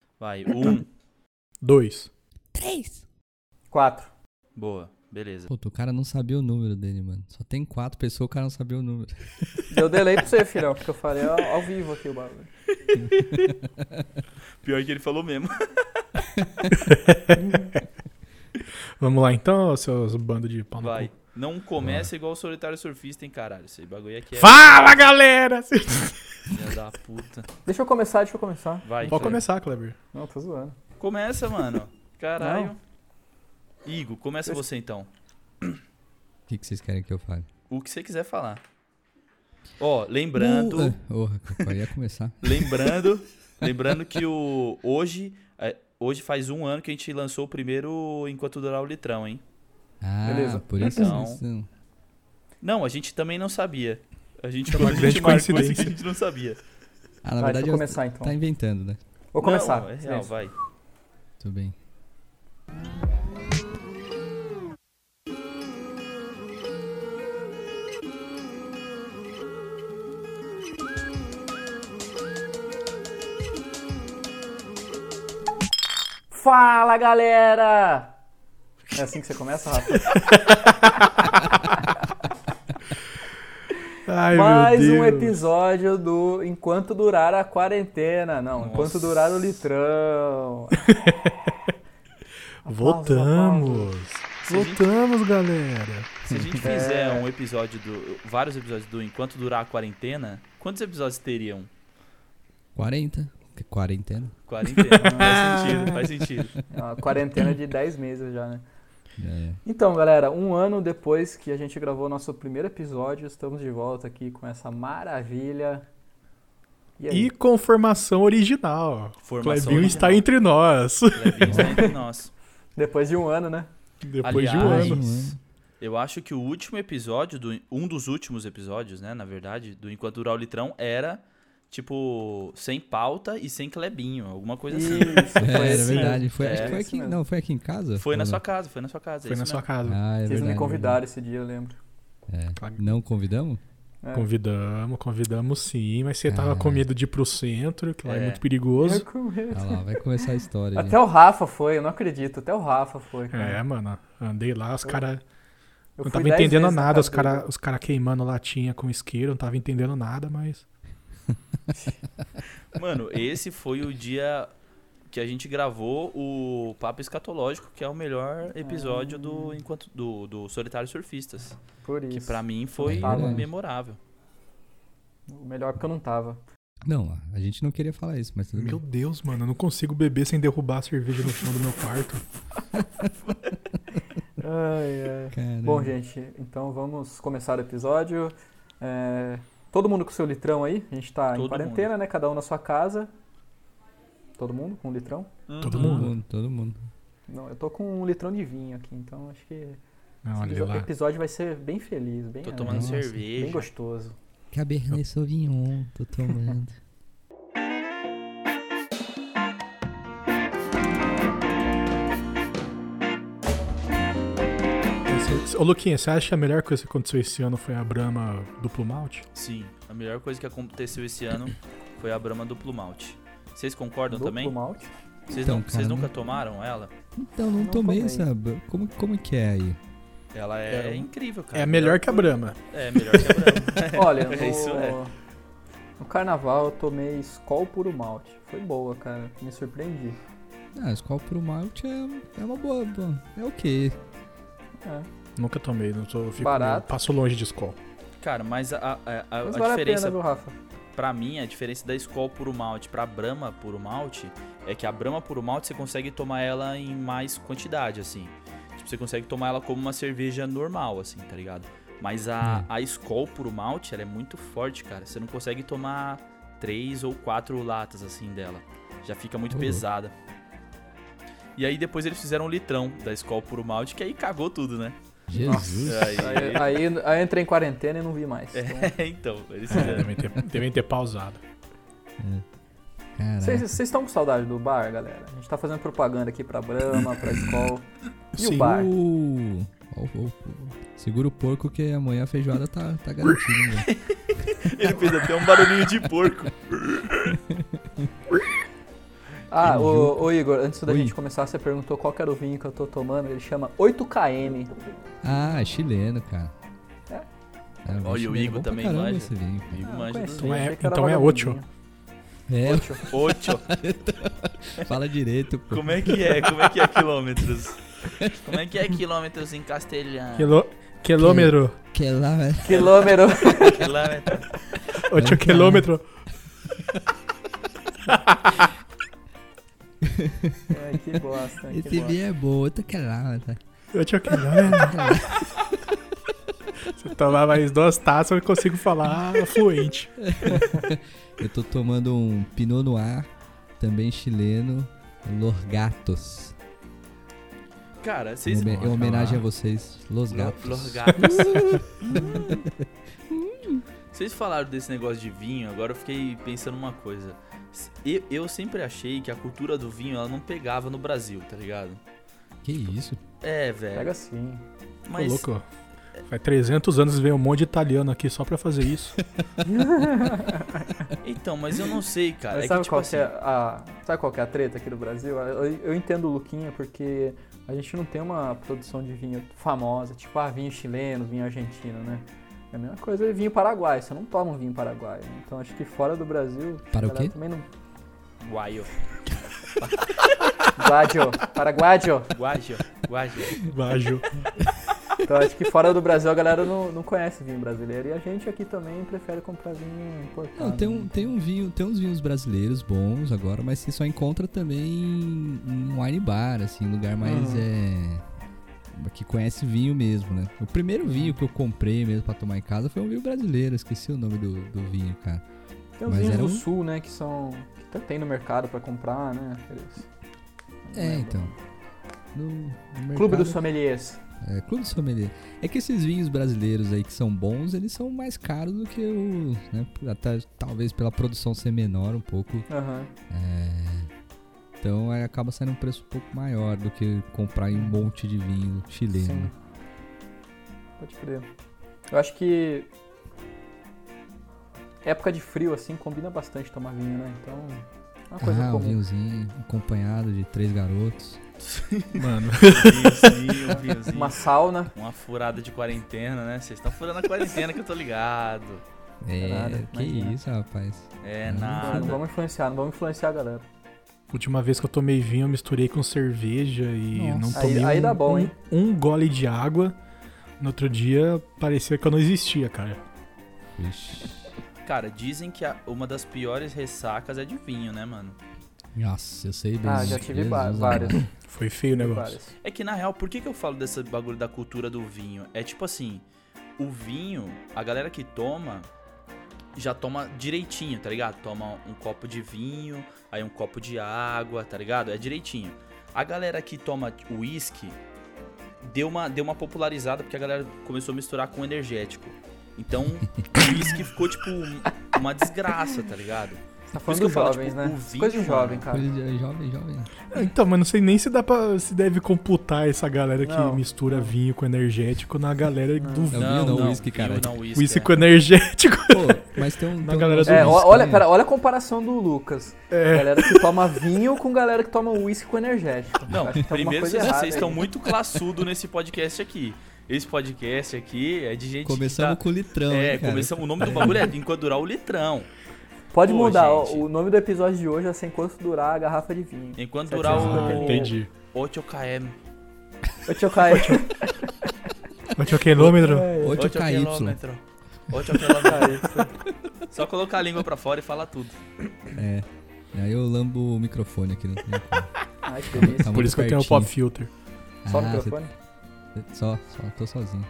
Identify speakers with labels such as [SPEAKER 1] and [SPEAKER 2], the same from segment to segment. [SPEAKER 1] Vai, um.
[SPEAKER 2] Dois.
[SPEAKER 3] Três.
[SPEAKER 4] Quatro.
[SPEAKER 1] Boa, beleza.
[SPEAKER 5] Puta, o cara não sabia o número dele, mano. Só tem quatro pessoas, o cara não sabia o número.
[SPEAKER 4] Deu delay pra você, filhão, porque eu falei ao, ao vivo aqui o bagulho.
[SPEAKER 1] Pior que ele falou mesmo.
[SPEAKER 2] Vamos lá então, seus bandos de pau no
[SPEAKER 1] Vai.
[SPEAKER 2] cu.
[SPEAKER 1] Não começa igual o solitário surfista, hein, caralho. Esse bagulho aqui é.
[SPEAKER 2] Fala, galera!
[SPEAKER 1] Filha da puta.
[SPEAKER 4] Deixa eu começar, deixa eu começar.
[SPEAKER 1] Vai.
[SPEAKER 2] Pode
[SPEAKER 1] Cleber.
[SPEAKER 2] começar, Kleber.
[SPEAKER 4] Não, tô zoando.
[SPEAKER 1] Começa, mano. Caralho. Igor, começa você então.
[SPEAKER 5] O que, que vocês querem que eu fale?
[SPEAKER 1] O que você quiser falar. Ó, lembrando.
[SPEAKER 5] Ah, Porra, eu ia começar.
[SPEAKER 1] Lembrando, lembrando que o hoje, é, hoje faz um ano que a gente lançou o primeiro Enquanto Durar o Litrão, hein?
[SPEAKER 5] Ah,
[SPEAKER 4] Beleza.
[SPEAKER 5] por isso
[SPEAKER 1] Então.
[SPEAKER 5] vocês não-
[SPEAKER 1] Não, a gente também não sabia. A gente,
[SPEAKER 2] É uma
[SPEAKER 1] quando a
[SPEAKER 2] grande
[SPEAKER 1] gente marcou isso aqui,
[SPEAKER 2] coincidência.
[SPEAKER 1] a gente não sabia.
[SPEAKER 5] Ah, na
[SPEAKER 4] vai,
[SPEAKER 5] verdade,
[SPEAKER 4] deixa
[SPEAKER 5] eu
[SPEAKER 4] eu começar então.
[SPEAKER 5] tá inventando, né?
[SPEAKER 4] Vou começar.
[SPEAKER 1] Não, é real,
[SPEAKER 4] Silêncio.
[SPEAKER 1] vai.
[SPEAKER 5] Tudo bem.
[SPEAKER 4] Fala, galera! É assim que você começa, Rafa?
[SPEAKER 2] Ai,
[SPEAKER 4] Mais
[SPEAKER 2] meu
[SPEAKER 4] um
[SPEAKER 2] Deus.
[SPEAKER 4] episódio do Enquanto Durar a Quarentena. Não, Enquanto Durar o Litrão.
[SPEAKER 2] Voltamos. Voltamos, galera.
[SPEAKER 1] Se a gente fizer um episódio do. vários episódios do Enquanto Durar a Quarentena, quantos episódios teriam?
[SPEAKER 5] 40? Que Quarentena?
[SPEAKER 1] Quarentena.
[SPEAKER 2] Ah.
[SPEAKER 1] faz sentido, faz sentido.
[SPEAKER 4] É uma quarentena de 10 meses já, né?
[SPEAKER 5] É.
[SPEAKER 4] Então, galera, um ano depois que a gente gravou nosso primeiro episódio, estamos de volta aqui com essa maravilha. E aí?
[SPEAKER 2] E com formação original.
[SPEAKER 1] Formação
[SPEAKER 2] Clebinho está
[SPEAKER 1] original.
[SPEAKER 2] entre nós.
[SPEAKER 1] Clebinho está entre nós.
[SPEAKER 4] Depois de um ano, né?
[SPEAKER 2] Depois de um
[SPEAKER 1] Aliás,
[SPEAKER 2] ano.
[SPEAKER 1] Eu acho que o último episódio, do, um dos últimos episódios, né, na verdade, do Enquanto Durar o Litrão era, tipo, sem pauta e sem Clebinho, alguma coisa assim.
[SPEAKER 4] Isso,
[SPEAKER 5] É,
[SPEAKER 4] foi
[SPEAKER 5] era
[SPEAKER 4] assim.
[SPEAKER 5] verdade. Foi,
[SPEAKER 1] É,
[SPEAKER 5] acho que foi
[SPEAKER 4] isso
[SPEAKER 5] aqui,
[SPEAKER 4] mesmo.
[SPEAKER 5] não, foi aqui em casa?
[SPEAKER 1] Foi na
[SPEAKER 5] Ou
[SPEAKER 1] sua
[SPEAKER 5] não?
[SPEAKER 1] casa, foi na sua casa. é
[SPEAKER 2] Foi
[SPEAKER 1] isso
[SPEAKER 2] na sua
[SPEAKER 1] mesmo.
[SPEAKER 2] casa.
[SPEAKER 5] Ah, é
[SPEAKER 4] Vocês
[SPEAKER 5] verdade.
[SPEAKER 4] não me
[SPEAKER 5] é
[SPEAKER 4] convidaram esse dia, eu lembro.
[SPEAKER 5] verdade. É. Não convidamos?
[SPEAKER 4] É.
[SPEAKER 2] Convidamos, convidamos sim, mas você
[SPEAKER 5] Ah.
[SPEAKER 2] tava com medo de ir pro centro, que lá é,
[SPEAKER 1] É.
[SPEAKER 2] muito perigoso.
[SPEAKER 4] Eu com medo.
[SPEAKER 5] Ah lá, vai começar a história.
[SPEAKER 4] Até o Rafa foi, eu não acredito, até o Rafa foi. cara.
[SPEAKER 2] É, mano, andei lá, os caras. Não
[SPEAKER 4] Eu fui
[SPEAKER 2] tava
[SPEAKER 4] 10
[SPEAKER 2] entendendo
[SPEAKER 4] vezes na
[SPEAKER 2] nada, os
[SPEAKER 4] casa
[SPEAKER 2] caras os cara queimando latinha com isqueiro, não tava entendendo nada, mas.
[SPEAKER 1] Mano, esse foi o dia que a gente gravou o Papo Escatológico, que é o
[SPEAKER 4] Ah.
[SPEAKER 1] melhor episódio do enquanto do, do Solitário Surfistas.
[SPEAKER 4] dele, Por
[SPEAKER 1] Que
[SPEAKER 4] isso.
[SPEAKER 1] pra mim foi
[SPEAKER 5] É verdade.
[SPEAKER 1] memorável.
[SPEAKER 4] O melhor porque eu não tava.
[SPEAKER 5] Não, a gente não queria falar isso, mas
[SPEAKER 4] Hum.
[SPEAKER 5] tudo
[SPEAKER 2] Meu
[SPEAKER 5] bem.
[SPEAKER 2] Deus, mano, eu não consigo beber sem derrubar a cerveja no chão do meu quarto.
[SPEAKER 4] Ai, ai.
[SPEAKER 5] Caramba.
[SPEAKER 4] Bom, gente, então vamos começar o episódio. É, todo mundo com seu litrão aí? A gente tá em
[SPEAKER 1] Todo
[SPEAKER 4] quarentena, né? Cada um na sua casa. Todo mundo com um litrão?
[SPEAKER 2] Todo
[SPEAKER 5] Todo
[SPEAKER 2] mundo.
[SPEAKER 5] mundo, todo mundo.
[SPEAKER 4] Não, eu tô com um litrão de vinho aqui, então acho que
[SPEAKER 2] Não,
[SPEAKER 4] esse
[SPEAKER 2] olha lá.
[SPEAKER 4] episódio vai ser bem feliz, bem
[SPEAKER 1] Tô
[SPEAKER 4] alegre,
[SPEAKER 1] tomando
[SPEAKER 5] Nossa.
[SPEAKER 4] bem
[SPEAKER 1] cerveja.
[SPEAKER 4] gostoso.
[SPEAKER 5] Cabernet Sauvignon, tô tomando.
[SPEAKER 2] Você- Ô, Luquinha, você acha que a melhor coisa que aconteceu esse ano foi a Brahma duplo malte?
[SPEAKER 1] Sim, a melhor coisa que aconteceu esse ano foi a Brahma Duplo Malte. Vocês concordam
[SPEAKER 4] Duplo
[SPEAKER 1] também?
[SPEAKER 4] malte.
[SPEAKER 1] Vocês,
[SPEAKER 5] Então,
[SPEAKER 1] não- vocês
[SPEAKER 5] cara,
[SPEAKER 1] nunca
[SPEAKER 5] né?
[SPEAKER 1] tomaram ela?
[SPEAKER 5] Então, não,
[SPEAKER 4] Não
[SPEAKER 5] tomei,
[SPEAKER 4] tomei.
[SPEAKER 5] sabe? Como, como que é aí?
[SPEAKER 1] Ela é,
[SPEAKER 4] É.
[SPEAKER 1] incrível, cara.
[SPEAKER 2] É melhor que a Brahma.
[SPEAKER 1] É, melhor que a Brahma.
[SPEAKER 4] Olha, no,
[SPEAKER 1] É isso, é.
[SPEAKER 4] no carnaval eu tomei Skol puro malte. Foi boa, cara. Me surpreendi.
[SPEAKER 5] Ah, Skol pro Malte é, é uma boa, boa. É o quê?
[SPEAKER 4] É.
[SPEAKER 2] Nunca tomei, não tô, eu fico
[SPEAKER 4] Barato.
[SPEAKER 2] passo longe de escola.
[SPEAKER 1] Cara, mas a, a- a- a
[SPEAKER 4] Mas vale
[SPEAKER 1] diferença,
[SPEAKER 4] a pena, viu, Rafa?
[SPEAKER 1] pra mim, a diferença da Skol Puro Malte pra Brahma Puro Malte é que a Brahma Puro Malte você consegue tomar ela em mais quantidade, assim. Tipo, você consegue tomar ela como uma cerveja normal, assim, tá ligado? Mas a, a Skol Puro Malte, ela é muito forte, cara. Você não consegue tomar três ou quatro latas, assim, dela. Já fica muito
[SPEAKER 5] Ô, louco.
[SPEAKER 1] pesada. E aí depois eles fizeram um litrão da Skol Puro Malte, que aí cagou tudo, né?
[SPEAKER 5] Jesus.
[SPEAKER 4] Aí, aí, aí eu entrei em quarentena e não vi mais. Então,
[SPEAKER 1] É, então, eles
[SPEAKER 2] É,
[SPEAKER 1] fizeram.
[SPEAKER 2] devem, ter, devem ter pausado.
[SPEAKER 1] É.
[SPEAKER 5] É. Caraca. Uh!
[SPEAKER 4] Vocês vocês estão com saudade do bar, galera? A gente tá fazendo propaganda aqui pra Brahma, pra Skol. E o bar?
[SPEAKER 5] Uh, ó, o- o- segura o porco que amanhã a feijoada tá, tá garantida. né?
[SPEAKER 1] Ele fez até um barulhinho de porco.
[SPEAKER 4] Ah,
[SPEAKER 5] Juca.
[SPEAKER 4] o, o Igor, antes da
[SPEAKER 5] Oi.
[SPEAKER 4] gente começar, você perguntou qual que era o vinho que eu tô tomando. Ele chama 8KM.
[SPEAKER 5] Ah, é chileno, cara.
[SPEAKER 4] É?
[SPEAKER 5] Ah, vinho
[SPEAKER 1] Olha, o
[SPEAKER 5] chileno é
[SPEAKER 1] Igor
[SPEAKER 5] bom pra
[SPEAKER 1] também né?
[SPEAKER 5] caramba
[SPEAKER 1] manja.
[SPEAKER 5] esse vinho, cara.
[SPEAKER 1] Amigo assim.
[SPEAKER 4] Ah, eu
[SPEAKER 1] manja
[SPEAKER 4] conheci,
[SPEAKER 1] dos
[SPEAKER 2] Então é-
[SPEAKER 4] achei que era
[SPEAKER 2] então é
[SPEAKER 4] vagabundinho.
[SPEAKER 5] É,
[SPEAKER 4] Ocho.
[SPEAKER 1] Ocho.
[SPEAKER 5] fala direito, pô.
[SPEAKER 1] Como é que é? Como é que é quilômetros? Como é que é quilômetros em castelhano?
[SPEAKER 2] Quilô- quilômetro.
[SPEAKER 5] Que lá, velho.
[SPEAKER 4] Quilômetro.
[SPEAKER 1] Quilômetro.
[SPEAKER 2] 8
[SPEAKER 5] É,
[SPEAKER 2] quilômetros.
[SPEAKER 4] É, que bosta, que
[SPEAKER 5] Esse
[SPEAKER 4] bosta.
[SPEAKER 5] vinho é bom, outro que lá, tá? velho.
[SPEAKER 2] 8 quilômetros. Se eu tomar mais duas taças, eu consigo falar ah, fluente.
[SPEAKER 5] Eu tô tomando um Pinot Noir, também chileno, Los Gatos.
[SPEAKER 1] Cara,
[SPEAKER 5] Em
[SPEAKER 1] vocês.
[SPEAKER 5] homen- em
[SPEAKER 2] vão
[SPEAKER 5] homenagem a
[SPEAKER 2] falar.
[SPEAKER 5] vocês, Los
[SPEAKER 1] Lo-
[SPEAKER 5] Gatos.
[SPEAKER 1] né? Los gatos. Hum. Vocês falaram desse negócio de vinho, agora eu fiquei pensando uma coisa. S- Eu, eu sempre achei que a cultura do vinho ela não pegava no Brasil, tá ligado?
[SPEAKER 5] Que isso?
[SPEAKER 1] É, velho.
[SPEAKER 4] Pega assim.
[SPEAKER 2] Ô,
[SPEAKER 1] Mas
[SPEAKER 2] louco. Faz 300 anos que veio um monte de italiano aqui só pra fazer isso.
[SPEAKER 1] então, mas eu não sei, cara.
[SPEAKER 4] Mas
[SPEAKER 1] é
[SPEAKER 4] sabe,
[SPEAKER 1] que, tipo
[SPEAKER 4] qual
[SPEAKER 1] assim,
[SPEAKER 4] que é a, sabe qual que é a treta aqui do Brasil? Eu, eu entendo o Luquinha porque a gente não tem uma produção de vinho famosa, tipo ah, vinho chileno, vinho argentino, né? É a mesma coisa de vinho paraguaio, você não toma um vinho paraguaio. né? Então acho que fora do Brasil.
[SPEAKER 5] Para
[SPEAKER 4] a
[SPEAKER 5] o
[SPEAKER 4] galera
[SPEAKER 5] quê?
[SPEAKER 4] Também não...
[SPEAKER 1] Guaio,
[SPEAKER 4] Guadio, paraguaio.
[SPEAKER 1] guajo, guajo.
[SPEAKER 2] Bajo.
[SPEAKER 4] Então acho que fora do Brasil a galera não, não conhece vinho brasileiro. E a gente aqui também prefere comprar vinho importado. né?
[SPEAKER 5] Não, tem um, tem um vinho, tem uns vinhos brasileiros bons agora, mas você só encontra também em em wine bar, assim, lugar mais
[SPEAKER 4] Uhum.
[SPEAKER 5] é que conhece vinho mesmo, né? O primeiro vinho que eu comprei mesmo pra tomar em casa foi um vinho brasileiro, esqueci o nome do, do vinho, cara.
[SPEAKER 4] Tem uns
[SPEAKER 5] mas
[SPEAKER 4] vinhos
[SPEAKER 5] era
[SPEAKER 4] do
[SPEAKER 5] um-
[SPEAKER 4] sul, né? Que são. que até tem no mercado pra comprar, né? Aqueles- não
[SPEAKER 5] É,
[SPEAKER 4] lembro.
[SPEAKER 5] então. No, no
[SPEAKER 4] Clube
[SPEAKER 5] mercado-
[SPEAKER 4] dos Sommeliers.
[SPEAKER 5] É, Clube do Sommelier. É que esses vinhos brasileiros aí que são bons, eles são mais caros do que os, né? Até, talvez pela produção ser menor um pouco.
[SPEAKER 4] Aham.
[SPEAKER 5] É, Então aí acaba saindo um preço um pouco maior do que comprar em um monte de vinho chileno.
[SPEAKER 4] Sim. Pode crer. Eu acho que. Época de frio, assim, combina bastante tomar vinho, né? Então. É uma coisa
[SPEAKER 5] ah, um
[SPEAKER 4] comum.
[SPEAKER 5] vinhozinho acompanhado de três garotos.
[SPEAKER 2] Mano,
[SPEAKER 1] Um Vinhozinho, vinhozinho.
[SPEAKER 4] Uma sauna.
[SPEAKER 1] Uma furada de quarentena, né? Vocês estão furando a quarentena que eu tô ligado.
[SPEAKER 5] É,
[SPEAKER 4] Caralho,
[SPEAKER 5] que
[SPEAKER 4] imagina.
[SPEAKER 5] isso, rapaz.
[SPEAKER 1] É
[SPEAKER 5] Ah,
[SPEAKER 4] Não
[SPEAKER 1] nada.
[SPEAKER 4] vamos influenciar, não vamos influenciar a galera.
[SPEAKER 2] última vez que eu tomei vinho, eu misturei com cerveja e
[SPEAKER 5] Nossa.
[SPEAKER 2] não
[SPEAKER 4] Aí-
[SPEAKER 2] tomei
[SPEAKER 4] aí
[SPEAKER 2] um,
[SPEAKER 4] dá bom, hein?
[SPEAKER 2] um gole de água. No outro dia, parecia que eu não existia, cara.
[SPEAKER 5] Vixe.
[SPEAKER 1] Cara, dizem que a- uma das piores ressacas é de vinho, né, mano?
[SPEAKER 5] Nossa, eu sei bem.
[SPEAKER 4] Ah, já
[SPEAKER 5] disso.
[SPEAKER 4] tive
[SPEAKER 5] Jesus
[SPEAKER 4] va-
[SPEAKER 5] amado.
[SPEAKER 4] várias.
[SPEAKER 2] Foi feio o negócio.
[SPEAKER 4] várias.
[SPEAKER 1] É que na real, por que, que eu falo desse bagulho da cultura do vinho? É tipo assim, o vinho, a galera que toma já toma direitinho, tá ligado? Toma um copo de vinho, aí um copo de água, tá ligado? É direitinho. A galera que toma uísque deu uma, deu uma popularizada porque a galera começou a misturar com energético. Então, o uísque ficou tipo um- uma desgraça, tá ligado?
[SPEAKER 4] Tá
[SPEAKER 1] Por isso
[SPEAKER 4] falando
[SPEAKER 1] que eu
[SPEAKER 4] dos
[SPEAKER 1] falo,
[SPEAKER 4] jovens,
[SPEAKER 1] tipo,
[SPEAKER 4] né?
[SPEAKER 1] o vinho,
[SPEAKER 4] Coisa de jovem,
[SPEAKER 1] mano.
[SPEAKER 4] cara.
[SPEAKER 5] Coisa de jovem, jovem.
[SPEAKER 2] Então, mas não sei nem se dá pra, se deve computar essa galera que
[SPEAKER 4] Não.
[SPEAKER 2] mistura vinho com energético na galera do
[SPEAKER 5] É
[SPEAKER 2] vinho.
[SPEAKER 5] o vinho não, o uísque, cara.
[SPEAKER 1] Vinho não, uísque,
[SPEAKER 2] Whisky
[SPEAKER 1] é.
[SPEAKER 2] com energético.
[SPEAKER 5] Pô, mas tem um.
[SPEAKER 2] Na
[SPEAKER 5] tem um
[SPEAKER 2] galera do
[SPEAKER 5] negócio
[SPEAKER 4] É,
[SPEAKER 5] do
[SPEAKER 4] ó-
[SPEAKER 5] whisky,
[SPEAKER 4] olha,
[SPEAKER 5] né?
[SPEAKER 4] pera, olha a comparação do Lucas.
[SPEAKER 2] É.
[SPEAKER 4] Galera que toma vinho com galera que toma uísque com energético.
[SPEAKER 1] Não,
[SPEAKER 4] Acho que tem alguma
[SPEAKER 1] primeiro
[SPEAKER 4] coisa
[SPEAKER 1] vocês,
[SPEAKER 4] errada
[SPEAKER 1] vocês
[SPEAKER 4] aí.
[SPEAKER 1] estão muito classudo nesse podcast aqui. Esse podcast aqui é de gente
[SPEAKER 5] Começamos
[SPEAKER 1] que
[SPEAKER 5] com o litrão,
[SPEAKER 1] tá... É,
[SPEAKER 5] hein, cara?
[SPEAKER 1] começamos... O nome do bagulho é Enquanto Durar o Litrão.
[SPEAKER 4] Pode
[SPEAKER 1] Pô,
[SPEAKER 4] mudar, ó,
[SPEAKER 1] gente.
[SPEAKER 4] o nome do episódio de hoje é Sem Quanto Durar a Garrafa de Vinho.
[SPEAKER 1] Enquanto
[SPEAKER 4] Sete
[SPEAKER 1] Durar
[SPEAKER 4] horas.
[SPEAKER 1] o...
[SPEAKER 2] entendi.
[SPEAKER 1] 8KM.
[SPEAKER 4] Ô, tio Caio,
[SPEAKER 2] Mas o quilômetro?
[SPEAKER 4] É
[SPEAKER 5] Oito é
[SPEAKER 1] 8
[SPEAKER 5] KY.
[SPEAKER 1] quilômetro. 8 quilômetro. Só colocar a língua pra fora e falar tudo.
[SPEAKER 5] É. Aí eu lambo o microfone aqui, não tem como. Tá
[SPEAKER 4] Ai, que delícia.
[SPEAKER 2] Por
[SPEAKER 5] muito
[SPEAKER 2] isso que eu tenho o
[SPEAKER 5] pertinho.
[SPEAKER 2] pop filter.
[SPEAKER 4] Só
[SPEAKER 5] Ah,
[SPEAKER 4] no microfone?
[SPEAKER 5] cê- Só, só, tô sozinho.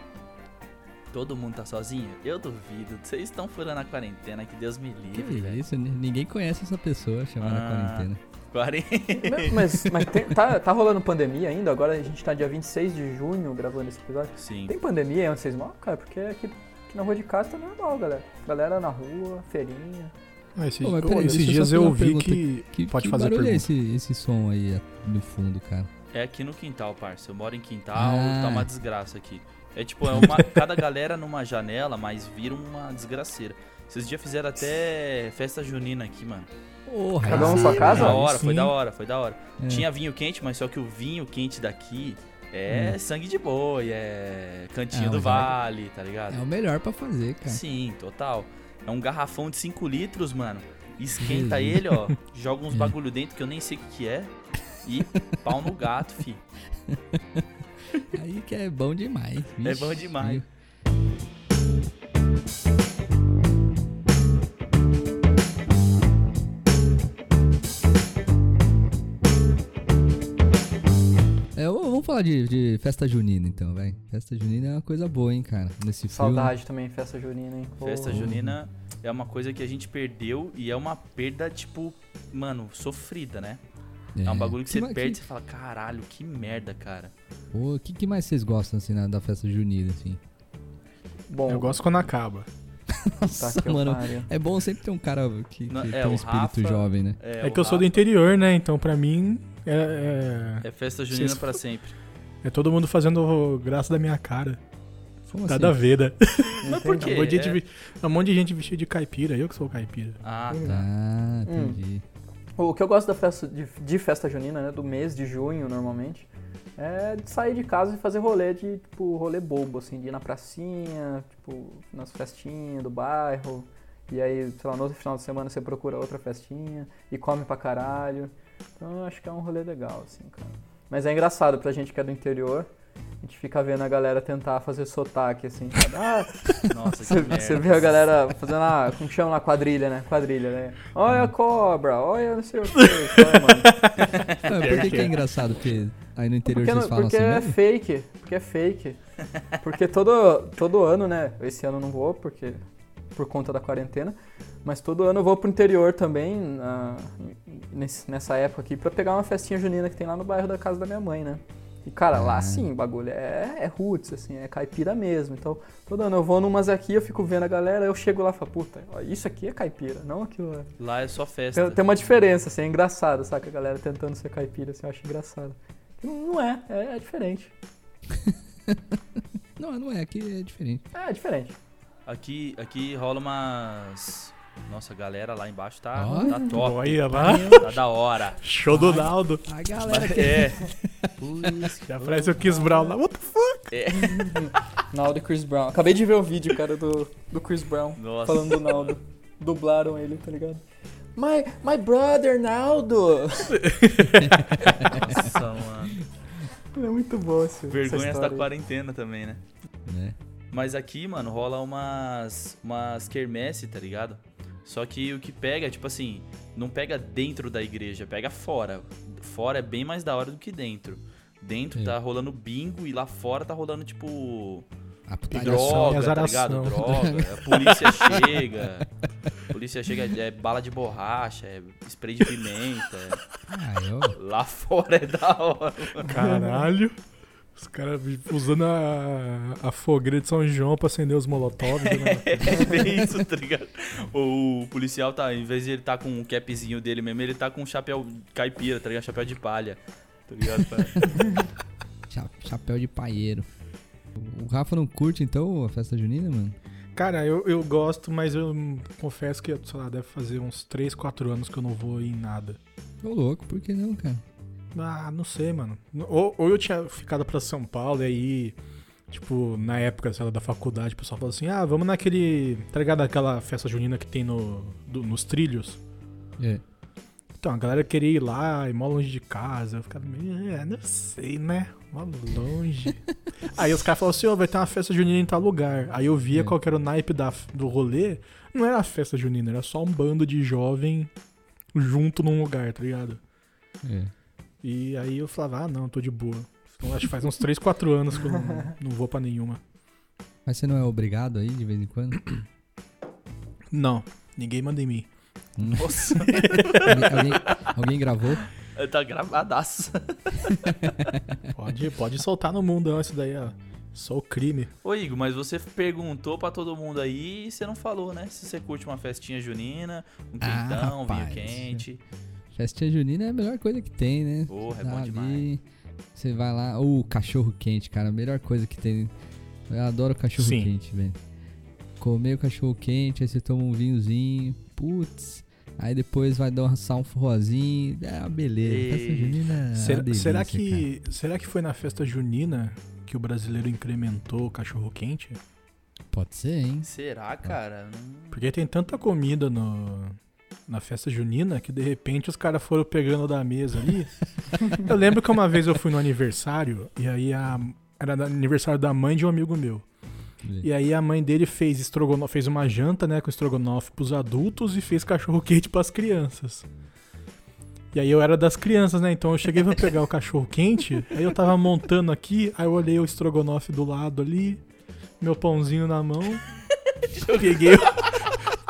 [SPEAKER 1] Todo mundo tá sozinho? Eu duvido. Vocês estão furando a quarentena, que Deus me
[SPEAKER 5] Que
[SPEAKER 1] livre, velho.
[SPEAKER 5] isso? Ni- Ninguém conhece essa pessoa chamada
[SPEAKER 1] Ah.
[SPEAKER 5] quarentena.
[SPEAKER 1] Quarentena.
[SPEAKER 4] Não, Mas, mas tem- tá, tá rolando pandemia ainda? Agora a gente tá dia 26 de junho gravando esse episódio.
[SPEAKER 1] Sim.
[SPEAKER 4] Tem pandemia aí onde vocês moram, cara? Porque aqui, aqui na rua de casa tá normal, galera. Galera na rua, feirinha.
[SPEAKER 2] Ah, esses
[SPEAKER 5] Pô, mas
[SPEAKER 2] pô,
[SPEAKER 5] peraí,
[SPEAKER 2] esses
[SPEAKER 5] deixa eu
[SPEAKER 2] dias
[SPEAKER 5] só fazer
[SPEAKER 2] eu
[SPEAKER 5] uma
[SPEAKER 2] ouvi
[SPEAKER 5] pergunta.
[SPEAKER 2] que.
[SPEAKER 5] Que,
[SPEAKER 2] Pode
[SPEAKER 5] que
[SPEAKER 2] fazer a
[SPEAKER 5] barulho é
[SPEAKER 2] pergunta.
[SPEAKER 5] esse, esse som aí a- no fundo, cara?
[SPEAKER 1] É aqui no quintal, parça. Eu moro em quintal,
[SPEAKER 5] Ah.
[SPEAKER 1] tá uma desgraça aqui. É tipo, é uma, cada galera numa janela, mas vira uma desgraceira. Esses dias fizeram até festa junina aqui, mano.
[SPEAKER 5] Porra,
[SPEAKER 4] Cada um
[SPEAKER 5] aí
[SPEAKER 4] na sua
[SPEAKER 5] sim,
[SPEAKER 4] casa?
[SPEAKER 1] Da
[SPEAKER 5] velho.
[SPEAKER 1] hora, foi
[SPEAKER 2] sim.
[SPEAKER 1] da hora, foi da hora.
[SPEAKER 5] É.
[SPEAKER 1] Tinha vinho quente, mas só que o vinho quente daqui é sangue de boi, é cantinho
[SPEAKER 5] Ah,
[SPEAKER 1] do
[SPEAKER 5] mas Hum. é-
[SPEAKER 1] vale, tá ligado?
[SPEAKER 5] É o melhor pra fazer, cara.
[SPEAKER 1] Sim, total. É um garrafão de 5 litros, mano. Esquenta
[SPEAKER 5] Jesus.
[SPEAKER 1] ele, ó. Joga uns
[SPEAKER 5] É.
[SPEAKER 1] bagulho dentro que eu nem sei o que, que é. E pau no gato, fi.
[SPEAKER 5] Aí que é bom demais.
[SPEAKER 1] É
[SPEAKER 5] vixe.
[SPEAKER 1] bom demais.
[SPEAKER 5] É, v- vamos falar de, de festa junina então, vai. Festa junina é uma coisa boa, hein, cara. Nesse frio.
[SPEAKER 4] Saudade também, festa junina, hein? Pô.
[SPEAKER 1] Festa junina é uma coisa que a gente perdeu e é uma perda, tipo, mano, sofrida, né? É, um bagulho que você
[SPEAKER 5] ma-
[SPEAKER 1] perde e você fala, caralho, que merda, cara.
[SPEAKER 5] Pô, O que, que mais vocês gostam, assim, na- da festa junina, assim?
[SPEAKER 4] Tá Bom,
[SPEAKER 2] Eu gosto quando acaba.
[SPEAKER 5] Nossa,
[SPEAKER 4] tá que eu
[SPEAKER 5] mano.
[SPEAKER 4] pariu.
[SPEAKER 5] É bom sempre ter um cara que, que
[SPEAKER 1] Não, é,
[SPEAKER 5] tem um
[SPEAKER 1] o
[SPEAKER 5] espírito
[SPEAKER 1] Rafa-
[SPEAKER 5] jovem, né?
[SPEAKER 2] É,
[SPEAKER 1] o
[SPEAKER 2] que eu sou do
[SPEAKER 1] Rafa-
[SPEAKER 2] interior, né? Então pra mim é,
[SPEAKER 1] É festa junina
[SPEAKER 2] Vocês-
[SPEAKER 1] pra sempre.
[SPEAKER 2] é, é todo mundo fazendo graça da minha cara.
[SPEAKER 5] Como assim?
[SPEAKER 2] Nada a ver, né?
[SPEAKER 1] Mas por
[SPEAKER 2] Um
[SPEAKER 1] quê?
[SPEAKER 2] monte, de
[SPEAKER 1] assim?
[SPEAKER 2] gente,
[SPEAKER 1] É-
[SPEAKER 2] vi- um monte de gente vestida de caipira, eu que sou caipira.
[SPEAKER 1] Ah, tá.
[SPEAKER 5] Ah,
[SPEAKER 4] né? Hum.
[SPEAKER 5] entendi.
[SPEAKER 4] O que eu gosto da festa, de, de festa junina, né? Do mês de junho, normalmente, é de sair de casa e fazer rolê de, tipo, rolê bobo, assim, de ir na pracinha, tipo, nas festinhas do bairro. E aí, sei lá, no outro final de semana você procura outra festinha e come pra caralho. Então eu acho que é um rolê legal, assim, cara. Mas é engraçado pra gente que é do interior. A gente fica vendo a galera tentar fazer sotaque, assim. sabe? Ah,
[SPEAKER 1] Nossa, que
[SPEAKER 4] Você,
[SPEAKER 1] merda.
[SPEAKER 4] você vê a galera fazendo a. Como que chama lá? Quadrilha, né? Quadrilha, né? Olha a cobra, olha não sei o que. mano.
[SPEAKER 5] Ah, por que, que é engraçado? Porque aí no interior
[SPEAKER 4] Porque,
[SPEAKER 5] vocês
[SPEAKER 4] não-
[SPEAKER 5] falam
[SPEAKER 4] porque
[SPEAKER 5] assim
[SPEAKER 4] é
[SPEAKER 5] mesmo?
[SPEAKER 4] fake. Porque é fake. Porque todo, todo ano, né? Esse ano eu não vou, porque. Por conta da quarentena. Mas todo ano eu vou pro interior também, na- nesse- nessa época aqui, pra pegar uma festinha junina que tem lá no bairro da casa da minha mãe, né? E, cara, lá
[SPEAKER 5] Ah.
[SPEAKER 4] sim, o bagulho é, é roots, assim, é caipira mesmo. Então, todo ano eu vou numas aqui, eu fico vendo a galera, eu chego lá e falo, puta, ó, isso aqui é caipira, não aquilo lá.
[SPEAKER 1] Lá é só festa.
[SPEAKER 4] Tem, tem uma diferença, assim, é engraçado, saca? A galera tentando ser caipira, assim, eu acho engraçado. Não é, é, é diferente.
[SPEAKER 5] Não, não é, aqui é diferente.
[SPEAKER 4] É, é diferente.
[SPEAKER 1] Aqui, aqui rola umas. Nossa, a galera lá embaixo tá,
[SPEAKER 5] Ó.
[SPEAKER 1] tá top.
[SPEAKER 2] Olha lá,
[SPEAKER 1] Tá da hora.
[SPEAKER 2] show do Naldo.
[SPEAKER 5] A galera
[SPEAKER 1] Mas é.
[SPEAKER 2] Já parece o Chris Brown lá. What the fuck?
[SPEAKER 4] Naldo e Chris Brown. Acabei de ver o vídeo, cara, do, do Chris Brown
[SPEAKER 1] Nossa.
[SPEAKER 4] falando do Naldo. Dublaram ele, tá ligado? My, my brother Naldo!
[SPEAKER 1] Nossa, mano.
[SPEAKER 4] É muito bom esse essa
[SPEAKER 1] Vergonhas da
[SPEAKER 4] história aí.
[SPEAKER 1] quarentena também, né?
[SPEAKER 5] Né?
[SPEAKER 1] Mas aqui, mano, rola umas. umas quermesse, tá ligado? Só que o que pega, tipo assim, não pega dentro da igreja, pega fora. Fora é bem mais da hora do que dentro. Dentro
[SPEAKER 5] É.
[SPEAKER 1] tá rolando bingo e lá fora tá rolando, tipo.
[SPEAKER 5] A
[SPEAKER 1] droga, tá
[SPEAKER 2] Droga. e
[SPEAKER 5] putagação.
[SPEAKER 2] azaração.
[SPEAKER 1] ligado? Droga. A polícia chega. A polícia chega, é bala de borracha, é spray de pimenta. é-
[SPEAKER 5] Ah, eu...
[SPEAKER 1] Lá fora é da hora.
[SPEAKER 2] Caralho. Os caras usando a, a fogueira de São João pra acender os molotov. né?
[SPEAKER 1] É bem isso, tá ligado? O policial tá, em vez de ele tá com o capzinho dele mesmo, ele tá com um chapéu caipira, tá ligado? Chapéu de palha. Tá ligado? Pra-
[SPEAKER 5] Cha- Chapéu de paieiro. O Rafa não curte, então, a festa junina, mano?
[SPEAKER 2] Cara, eu, eu gosto, mas eu confesso que, sei lá, deve fazer uns 3, 4 anos que eu não vou em nada.
[SPEAKER 5] Ô, louco, por que não, cara?
[SPEAKER 2] Ah, não sei, mano. Ou, ou eu tinha ficado pra São Paulo e aí, tipo, na época, sei lá, da faculdade, o pessoal falou assim, ah, vamos naquele. Tá ligado? Aquela festa junina que tem no, do- nos trilhos.
[SPEAKER 5] É.
[SPEAKER 2] Então, a galera queria ir lá e mó longe de casa. Eu ficava meio, é, não sei, né? Mó longe. aí os caras falaram assim, ó, vai ter uma festa junina em tal lugar. Aí eu via
[SPEAKER 5] É.
[SPEAKER 2] qual que era o naipe da, do rolê. Não era a festa junina, era só um bando de jovem junto num lugar, tá ligado?
[SPEAKER 5] é.
[SPEAKER 2] E aí eu falava, ah, não, tô de boa. Então, acho que faz uns 3, 4 anos que eu não, não vou pra nenhuma.
[SPEAKER 5] Mas você não é obrigado aí, de vez em quando?
[SPEAKER 2] Não, ninguém manda em mim.
[SPEAKER 5] Hum.
[SPEAKER 1] Nossa,
[SPEAKER 5] alguém, alguém- alguém gravou?
[SPEAKER 1] tá gravadaço.
[SPEAKER 2] Pode, pode soltar no mundo, não, isso daí é só o crime.
[SPEAKER 1] Ô Igor, mas você perguntou pra todo mundo aí e você não falou, né? Se você curte uma festinha junina, um
[SPEAKER 5] Ah,
[SPEAKER 1] quentão, um vinho
[SPEAKER 5] rapaz.
[SPEAKER 1] quente.
[SPEAKER 5] Festinha junina é a melhor coisa que tem, né?
[SPEAKER 1] Porra, é
[SPEAKER 5] Tá
[SPEAKER 1] bom demais.
[SPEAKER 5] ali, Você vai lá. Ô, cachorro quente, cara. A melhor coisa que tem. Eu adoro cachorro
[SPEAKER 2] Sim.
[SPEAKER 5] quente, velho. Comer o cachorro quente, aí você toma um vinhozinho. Putz. Aí depois vai dançar um forrozinho. É uma beleza.
[SPEAKER 1] E-
[SPEAKER 5] Festa junina. é uma
[SPEAKER 2] Será,
[SPEAKER 5] delícia,
[SPEAKER 2] será
[SPEAKER 5] cara.
[SPEAKER 2] que, será que foi na festa junina que o brasileiro incrementou o cachorro quente?
[SPEAKER 5] Pode ser, hein?
[SPEAKER 1] Será, cara? Hum,
[SPEAKER 2] Porque tem tanta comida no, na festa junina que de repente os caras foram pegando da mesa ali. eu lembro que uma vez eu fui no aniversário e aí a, era no aniversário da mãe de um amigo meu. E aí a mãe dele fez estrogonofe, fez uma janta, né, com estrogonofe pros adultos e fez cachorro quente pras crianças. E aí eu era das crianças, né? Então eu cheguei pra pegar o cachorro quente, aí eu tava montando aqui, aí eu olhei o estrogonofe do lado ali, meu pãozinho na mão. peguei,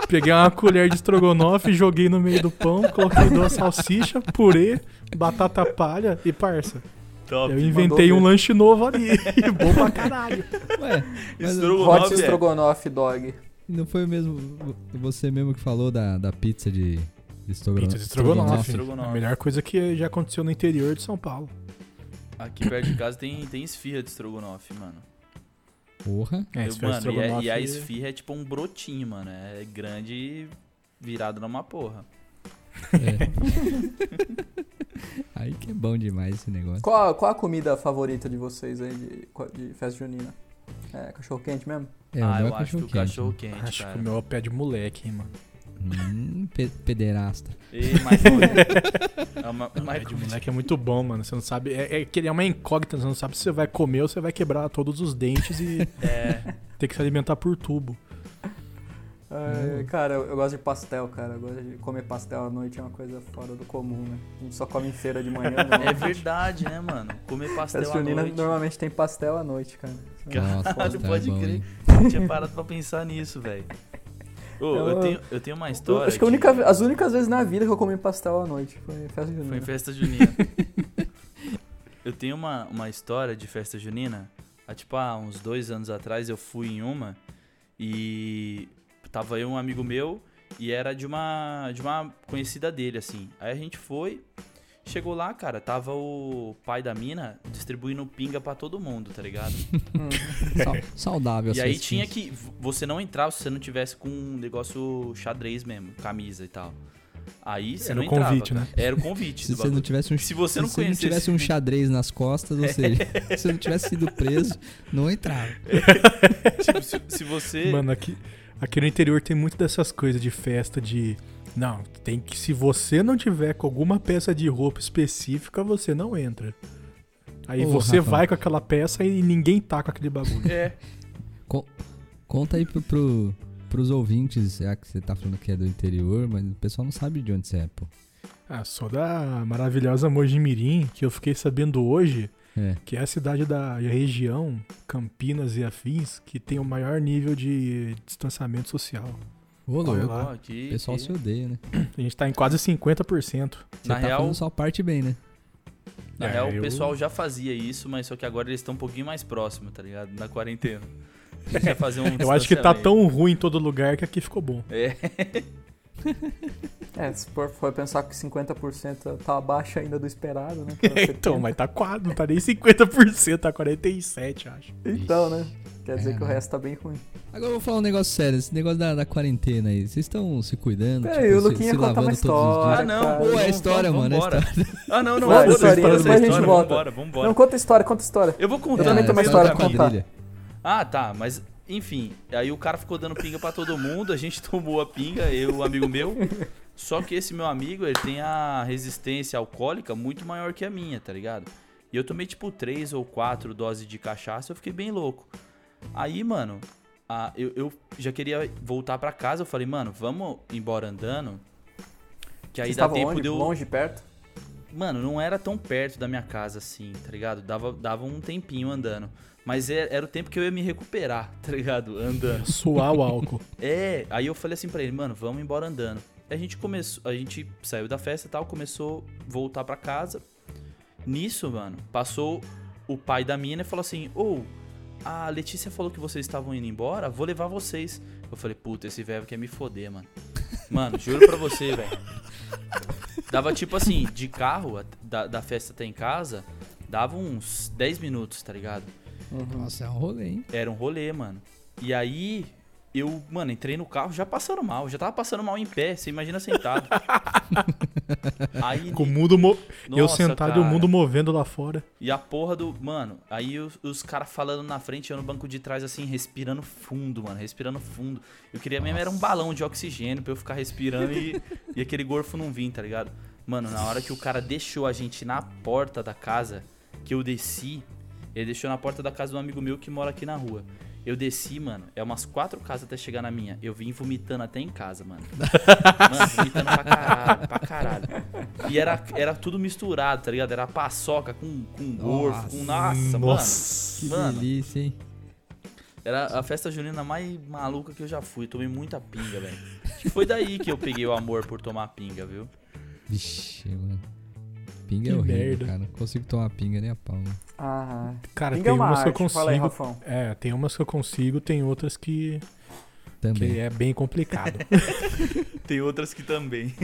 [SPEAKER 2] peguei uma colher de estrogonofe, joguei no meio do pão, coloquei duas salsichas, purê, batata palha e parça.
[SPEAKER 1] Top.
[SPEAKER 2] Eu inventei
[SPEAKER 4] mandou
[SPEAKER 2] um
[SPEAKER 4] ver.
[SPEAKER 2] lanche novo ali. Bom pra caralho.
[SPEAKER 5] Ué, mas
[SPEAKER 4] Hot
[SPEAKER 1] Estrogonofe, é.
[SPEAKER 4] Strogonoff Dog.
[SPEAKER 5] não foi o mesmo. Você mesmo que falou da, da pizza de, de estrogonofe.
[SPEAKER 2] Pizza de estrogonofe.
[SPEAKER 1] Estrogonofe.
[SPEAKER 2] A melhor coisa que já aconteceu no interior de São Paulo.
[SPEAKER 1] Aqui perto de casa tem, tem esfirra de estrogonofe, mano.
[SPEAKER 5] Porra.
[SPEAKER 2] É,
[SPEAKER 1] Eu, mano, e, é- e a esfirra é tipo um brotinho, mano. É grande e virado numa porra.
[SPEAKER 5] é. Aí que é bom demais esse negócio.
[SPEAKER 4] Qual, qual a comida favorita de vocês aí de, de festa junina? É cachorro quente mesmo?
[SPEAKER 5] É, o
[SPEAKER 1] ah,
[SPEAKER 5] meu
[SPEAKER 1] eu
[SPEAKER 5] é
[SPEAKER 1] acho que o
[SPEAKER 5] quente, né?
[SPEAKER 1] cachorro quente,
[SPEAKER 2] Acho
[SPEAKER 1] cara.
[SPEAKER 2] que o meu é pé de moleque, hein, mano.
[SPEAKER 5] Hum, pe- pederasta.
[SPEAKER 1] Ei, Michael. é uma,
[SPEAKER 2] Pé
[SPEAKER 1] Michael
[SPEAKER 2] de moleque é muito bom, mano. Você não sabe. É, é, que ele é uma incógnita, você não sabe se você vai comer ou você vai quebrar todos os dentes e
[SPEAKER 1] É,
[SPEAKER 2] ter que se alimentar por tubo.
[SPEAKER 4] É, Cara, eu, eu gosto de pastel, cara. Eu gosto de comer pastel à noite, é uma coisa fora do comum, né? A gente só come em feira de manhã. não.
[SPEAKER 1] é verdade, né, mano? Comer pastel
[SPEAKER 4] Festa
[SPEAKER 1] à
[SPEAKER 4] junina
[SPEAKER 1] noite.
[SPEAKER 4] normalmente tem pastel à noite, cara.
[SPEAKER 5] Nossa,
[SPEAKER 1] Caralho,
[SPEAKER 5] tá
[SPEAKER 1] pode
[SPEAKER 5] bom,
[SPEAKER 1] crer.
[SPEAKER 5] hein?
[SPEAKER 1] Não tinha parado pra pensar nisso, velho. Ô, eu,
[SPEAKER 4] Eu-
[SPEAKER 1] tenho, eu tenho uma
[SPEAKER 4] Eu
[SPEAKER 1] história.
[SPEAKER 4] acho que a
[SPEAKER 1] de-
[SPEAKER 4] única, as únicas vezes na vida que eu comi pastel à noite foi festa
[SPEAKER 1] Foi
[SPEAKER 2] Hum.
[SPEAKER 1] em
[SPEAKER 4] junina.
[SPEAKER 1] festa junina. eu tenho uma, uma história de festa junina. Há, tipo, há uns dois anos atrás eu fui em uma e tava eu e um amigo meu e era de uma, de uma conhecida dele, assim. Aí a gente foi, chegou lá, cara, tava o pai da mina distribuindo pinga pra todo mundo, tá ligado?
[SPEAKER 5] Sau- saudável.
[SPEAKER 1] E
[SPEAKER 5] essas
[SPEAKER 1] aí tinha
[SPEAKER 5] coisas.
[SPEAKER 1] que. v- Você não entrava se você não tivesse com um negócio xadrez mesmo, camisa e tal. Aí você
[SPEAKER 2] Era
[SPEAKER 1] não
[SPEAKER 2] o
[SPEAKER 1] entrava.
[SPEAKER 2] convite,
[SPEAKER 1] cara.
[SPEAKER 2] né?
[SPEAKER 1] Era o convite.
[SPEAKER 5] Se
[SPEAKER 1] do
[SPEAKER 5] você não
[SPEAKER 1] bagulho.
[SPEAKER 5] tivesse um,
[SPEAKER 1] Se você não
[SPEAKER 5] se
[SPEAKER 1] conhecesse-
[SPEAKER 5] tivesse um xadrez nas costas, ou seja, se você não tivesse sido preso, não entrava.
[SPEAKER 1] Tipo, se, se você.
[SPEAKER 2] Mano, aqui, aqui no interior tem muito dessas coisas de festa de. Não, tem que. Se você não tiver com alguma peça de roupa específica, você não entra. Aí
[SPEAKER 5] Ô,
[SPEAKER 2] você
[SPEAKER 5] Rafa.
[SPEAKER 2] vai com aquela peça e ninguém tá com aquele bagulho.
[SPEAKER 1] É.
[SPEAKER 5] Con- conta aí pro, pro, pros ouvintes, já que você tá falando que é do interior, mas o pessoal não sabe de onde você é, pô.
[SPEAKER 2] Ah, sou da maravilhosa Mojimirim, que eu fiquei sabendo hoje,
[SPEAKER 5] É.
[SPEAKER 2] que é a cidade da e a região, Campinas e afins, que tem o maior nível de distanciamento social.
[SPEAKER 5] Ô,
[SPEAKER 2] Olha
[SPEAKER 5] louco.
[SPEAKER 2] lá.
[SPEAKER 1] Ó, que-
[SPEAKER 5] O pessoal
[SPEAKER 1] que-
[SPEAKER 5] se odeia, né?
[SPEAKER 2] A gente tá em quase 50%.
[SPEAKER 5] Você
[SPEAKER 1] Na
[SPEAKER 5] tá
[SPEAKER 1] real-
[SPEAKER 5] fazendo sua parte bem, né?
[SPEAKER 1] Na
[SPEAKER 2] É,
[SPEAKER 1] real, o
[SPEAKER 2] eu-
[SPEAKER 1] pessoal já fazia isso, mas só que agora eles estão um pouquinho mais próximos, tá ligado? Na quarentena. A gente vai fazer um
[SPEAKER 2] Eu acho que tá
[SPEAKER 1] distanciamento.
[SPEAKER 2] tão ruim em todo lugar que aqui ficou bom.
[SPEAKER 1] É,
[SPEAKER 4] É, se for, for pensar que 50% tá abaixo ainda do esperado, né? que era 70.
[SPEAKER 2] Então, mas tá quase, não tá nem 50%, tá 47%, acho.
[SPEAKER 4] Então, né? Quer dizer
[SPEAKER 5] É,
[SPEAKER 4] que o
[SPEAKER 5] né?
[SPEAKER 4] resto tá bem ruim.
[SPEAKER 5] Agora eu vou falar um negócio sério, esse negócio da, da quarentena aí. Vocês estão se cuidando? tipo,
[SPEAKER 4] Peraí, o
[SPEAKER 5] se-
[SPEAKER 4] Luquinha
[SPEAKER 5] se
[SPEAKER 4] conta uma
[SPEAKER 5] lavando todos os
[SPEAKER 4] história.
[SPEAKER 5] dias?
[SPEAKER 1] ah, não.
[SPEAKER 4] cara.
[SPEAKER 1] vamos-
[SPEAKER 5] Pô, é
[SPEAKER 1] vamos-
[SPEAKER 5] história, mano, é
[SPEAKER 1] vambora. Ah, não, não,
[SPEAKER 4] Vai,
[SPEAKER 1] foda-se,
[SPEAKER 2] história,
[SPEAKER 1] foda-se
[SPEAKER 2] depois a gente
[SPEAKER 4] volta.
[SPEAKER 1] Vambora, vambora.
[SPEAKER 4] Não, conta a história, conta a história.
[SPEAKER 1] Eu vou contar. é
[SPEAKER 4] Eu também tenho uma
[SPEAKER 1] mas-
[SPEAKER 4] história pra
[SPEAKER 5] É, da
[SPEAKER 4] contar.
[SPEAKER 5] quadrilha.
[SPEAKER 1] Ah, tá, mas enfim, aí o cara ficou dando pinga pra todo mundo, a gente tomou a pinga, eu, e um amigo meu. Só que esse meu amigo, ele tem a resistência alcoólica muito maior que a minha, tá ligado? E eu tomei tipo três ou quatro doses de cachaça, eu fiquei bem louco. Aí, mano, a- eu, eu já queria voltar pra casa, eu falei, mano, vamos embora andando. Que aí
[SPEAKER 4] Vocês
[SPEAKER 1] dá
[SPEAKER 4] estavam
[SPEAKER 1] tempo
[SPEAKER 4] onde?
[SPEAKER 1] de eu.
[SPEAKER 4] Longe, perto?
[SPEAKER 1] Mano, não era tão perto da minha casa assim, tá ligado? Dava, dava um tempinho andando. Mas é- era o tempo que eu ia me recuperar, tá ligado? Andando.
[SPEAKER 2] Suar o álcool.
[SPEAKER 1] É, aí eu falei assim pra ele, mano, vamos embora andando. A gente começou, a gente saiu da festa e tal, começou a voltar pra casa. Nisso, mano, passou o pai da mina e falou assim: "Ô, a Letícia falou que vocês estavam indo embora, vou levar vocês". Eu falei: "Puta, esse velho quer me foder, mano". Mano, juro pra você, velho. Dava tipo assim, de carro at- da, da festa até em casa, dava uns 10 minutos, tá ligado?
[SPEAKER 4] Uhum.
[SPEAKER 5] Nossa, é um rolê, hein?
[SPEAKER 1] Era um rolê, mano. E aí, Eu, mano, entrei no carro já passando mal. Já tava passando mal em pé, você imagina sentado. aí,
[SPEAKER 2] Com o mundo mo- eu
[SPEAKER 1] nossa,
[SPEAKER 2] sentado e o
[SPEAKER 1] cara.
[SPEAKER 2] mundo movendo lá fora.
[SPEAKER 1] E a porra do. Mano, aí os, os caras falando na frente, eu no banco de trás, assim, respirando fundo, mano, respirando fundo. Eu queria mesmo era um balão de oxigênio pra eu ficar respirando e, e aquele gorfo não vir, tá ligado? Mano, na hora que o cara deixou a gente na porta da casa, que eu desci, ele deixou na porta da casa de um amigo meu que mora aqui na rua. Eu desci, mano, é umas quatro casas até chegar na minha. Eu vim vomitando até em casa, mano. Mano, vomitando pra caralho, pra caralho. E era, era tudo misturado, tá ligado? Era paçoca com, com gorfo, com. Nossa,
[SPEAKER 2] Nossa.
[SPEAKER 5] Que
[SPEAKER 1] mano. Mano,
[SPEAKER 5] delícia, hein?
[SPEAKER 1] era a festa junina mais maluca que eu já fui. Tomei muita pinga, velho. Acho que Foi daí que eu peguei o amor por tomar pinga, viu?
[SPEAKER 5] Vixe, mano. Pinga
[SPEAKER 2] Que
[SPEAKER 5] é horrível,
[SPEAKER 2] merda.
[SPEAKER 5] cara. Não consigo tomar pinga nem a pau, mano.
[SPEAKER 4] Ah,
[SPEAKER 2] Cara,
[SPEAKER 4] pinga é
[SPEAKER 2] tem
[SPEAKER 4] uma
[SPEAKER 2] umas que eu
[SPEAKER 4] arte. Fala aí,
[SPEAKER 2] consigo.
[SPEAKER 4] Rafão.
[SPEAKER 2] É, tem umas que eu consigo, tem outras que, que
[SPEAKER 5] Também.
[SPEAKER 2] é bem complicado.
[SPEAKER 1] Tem outras que também.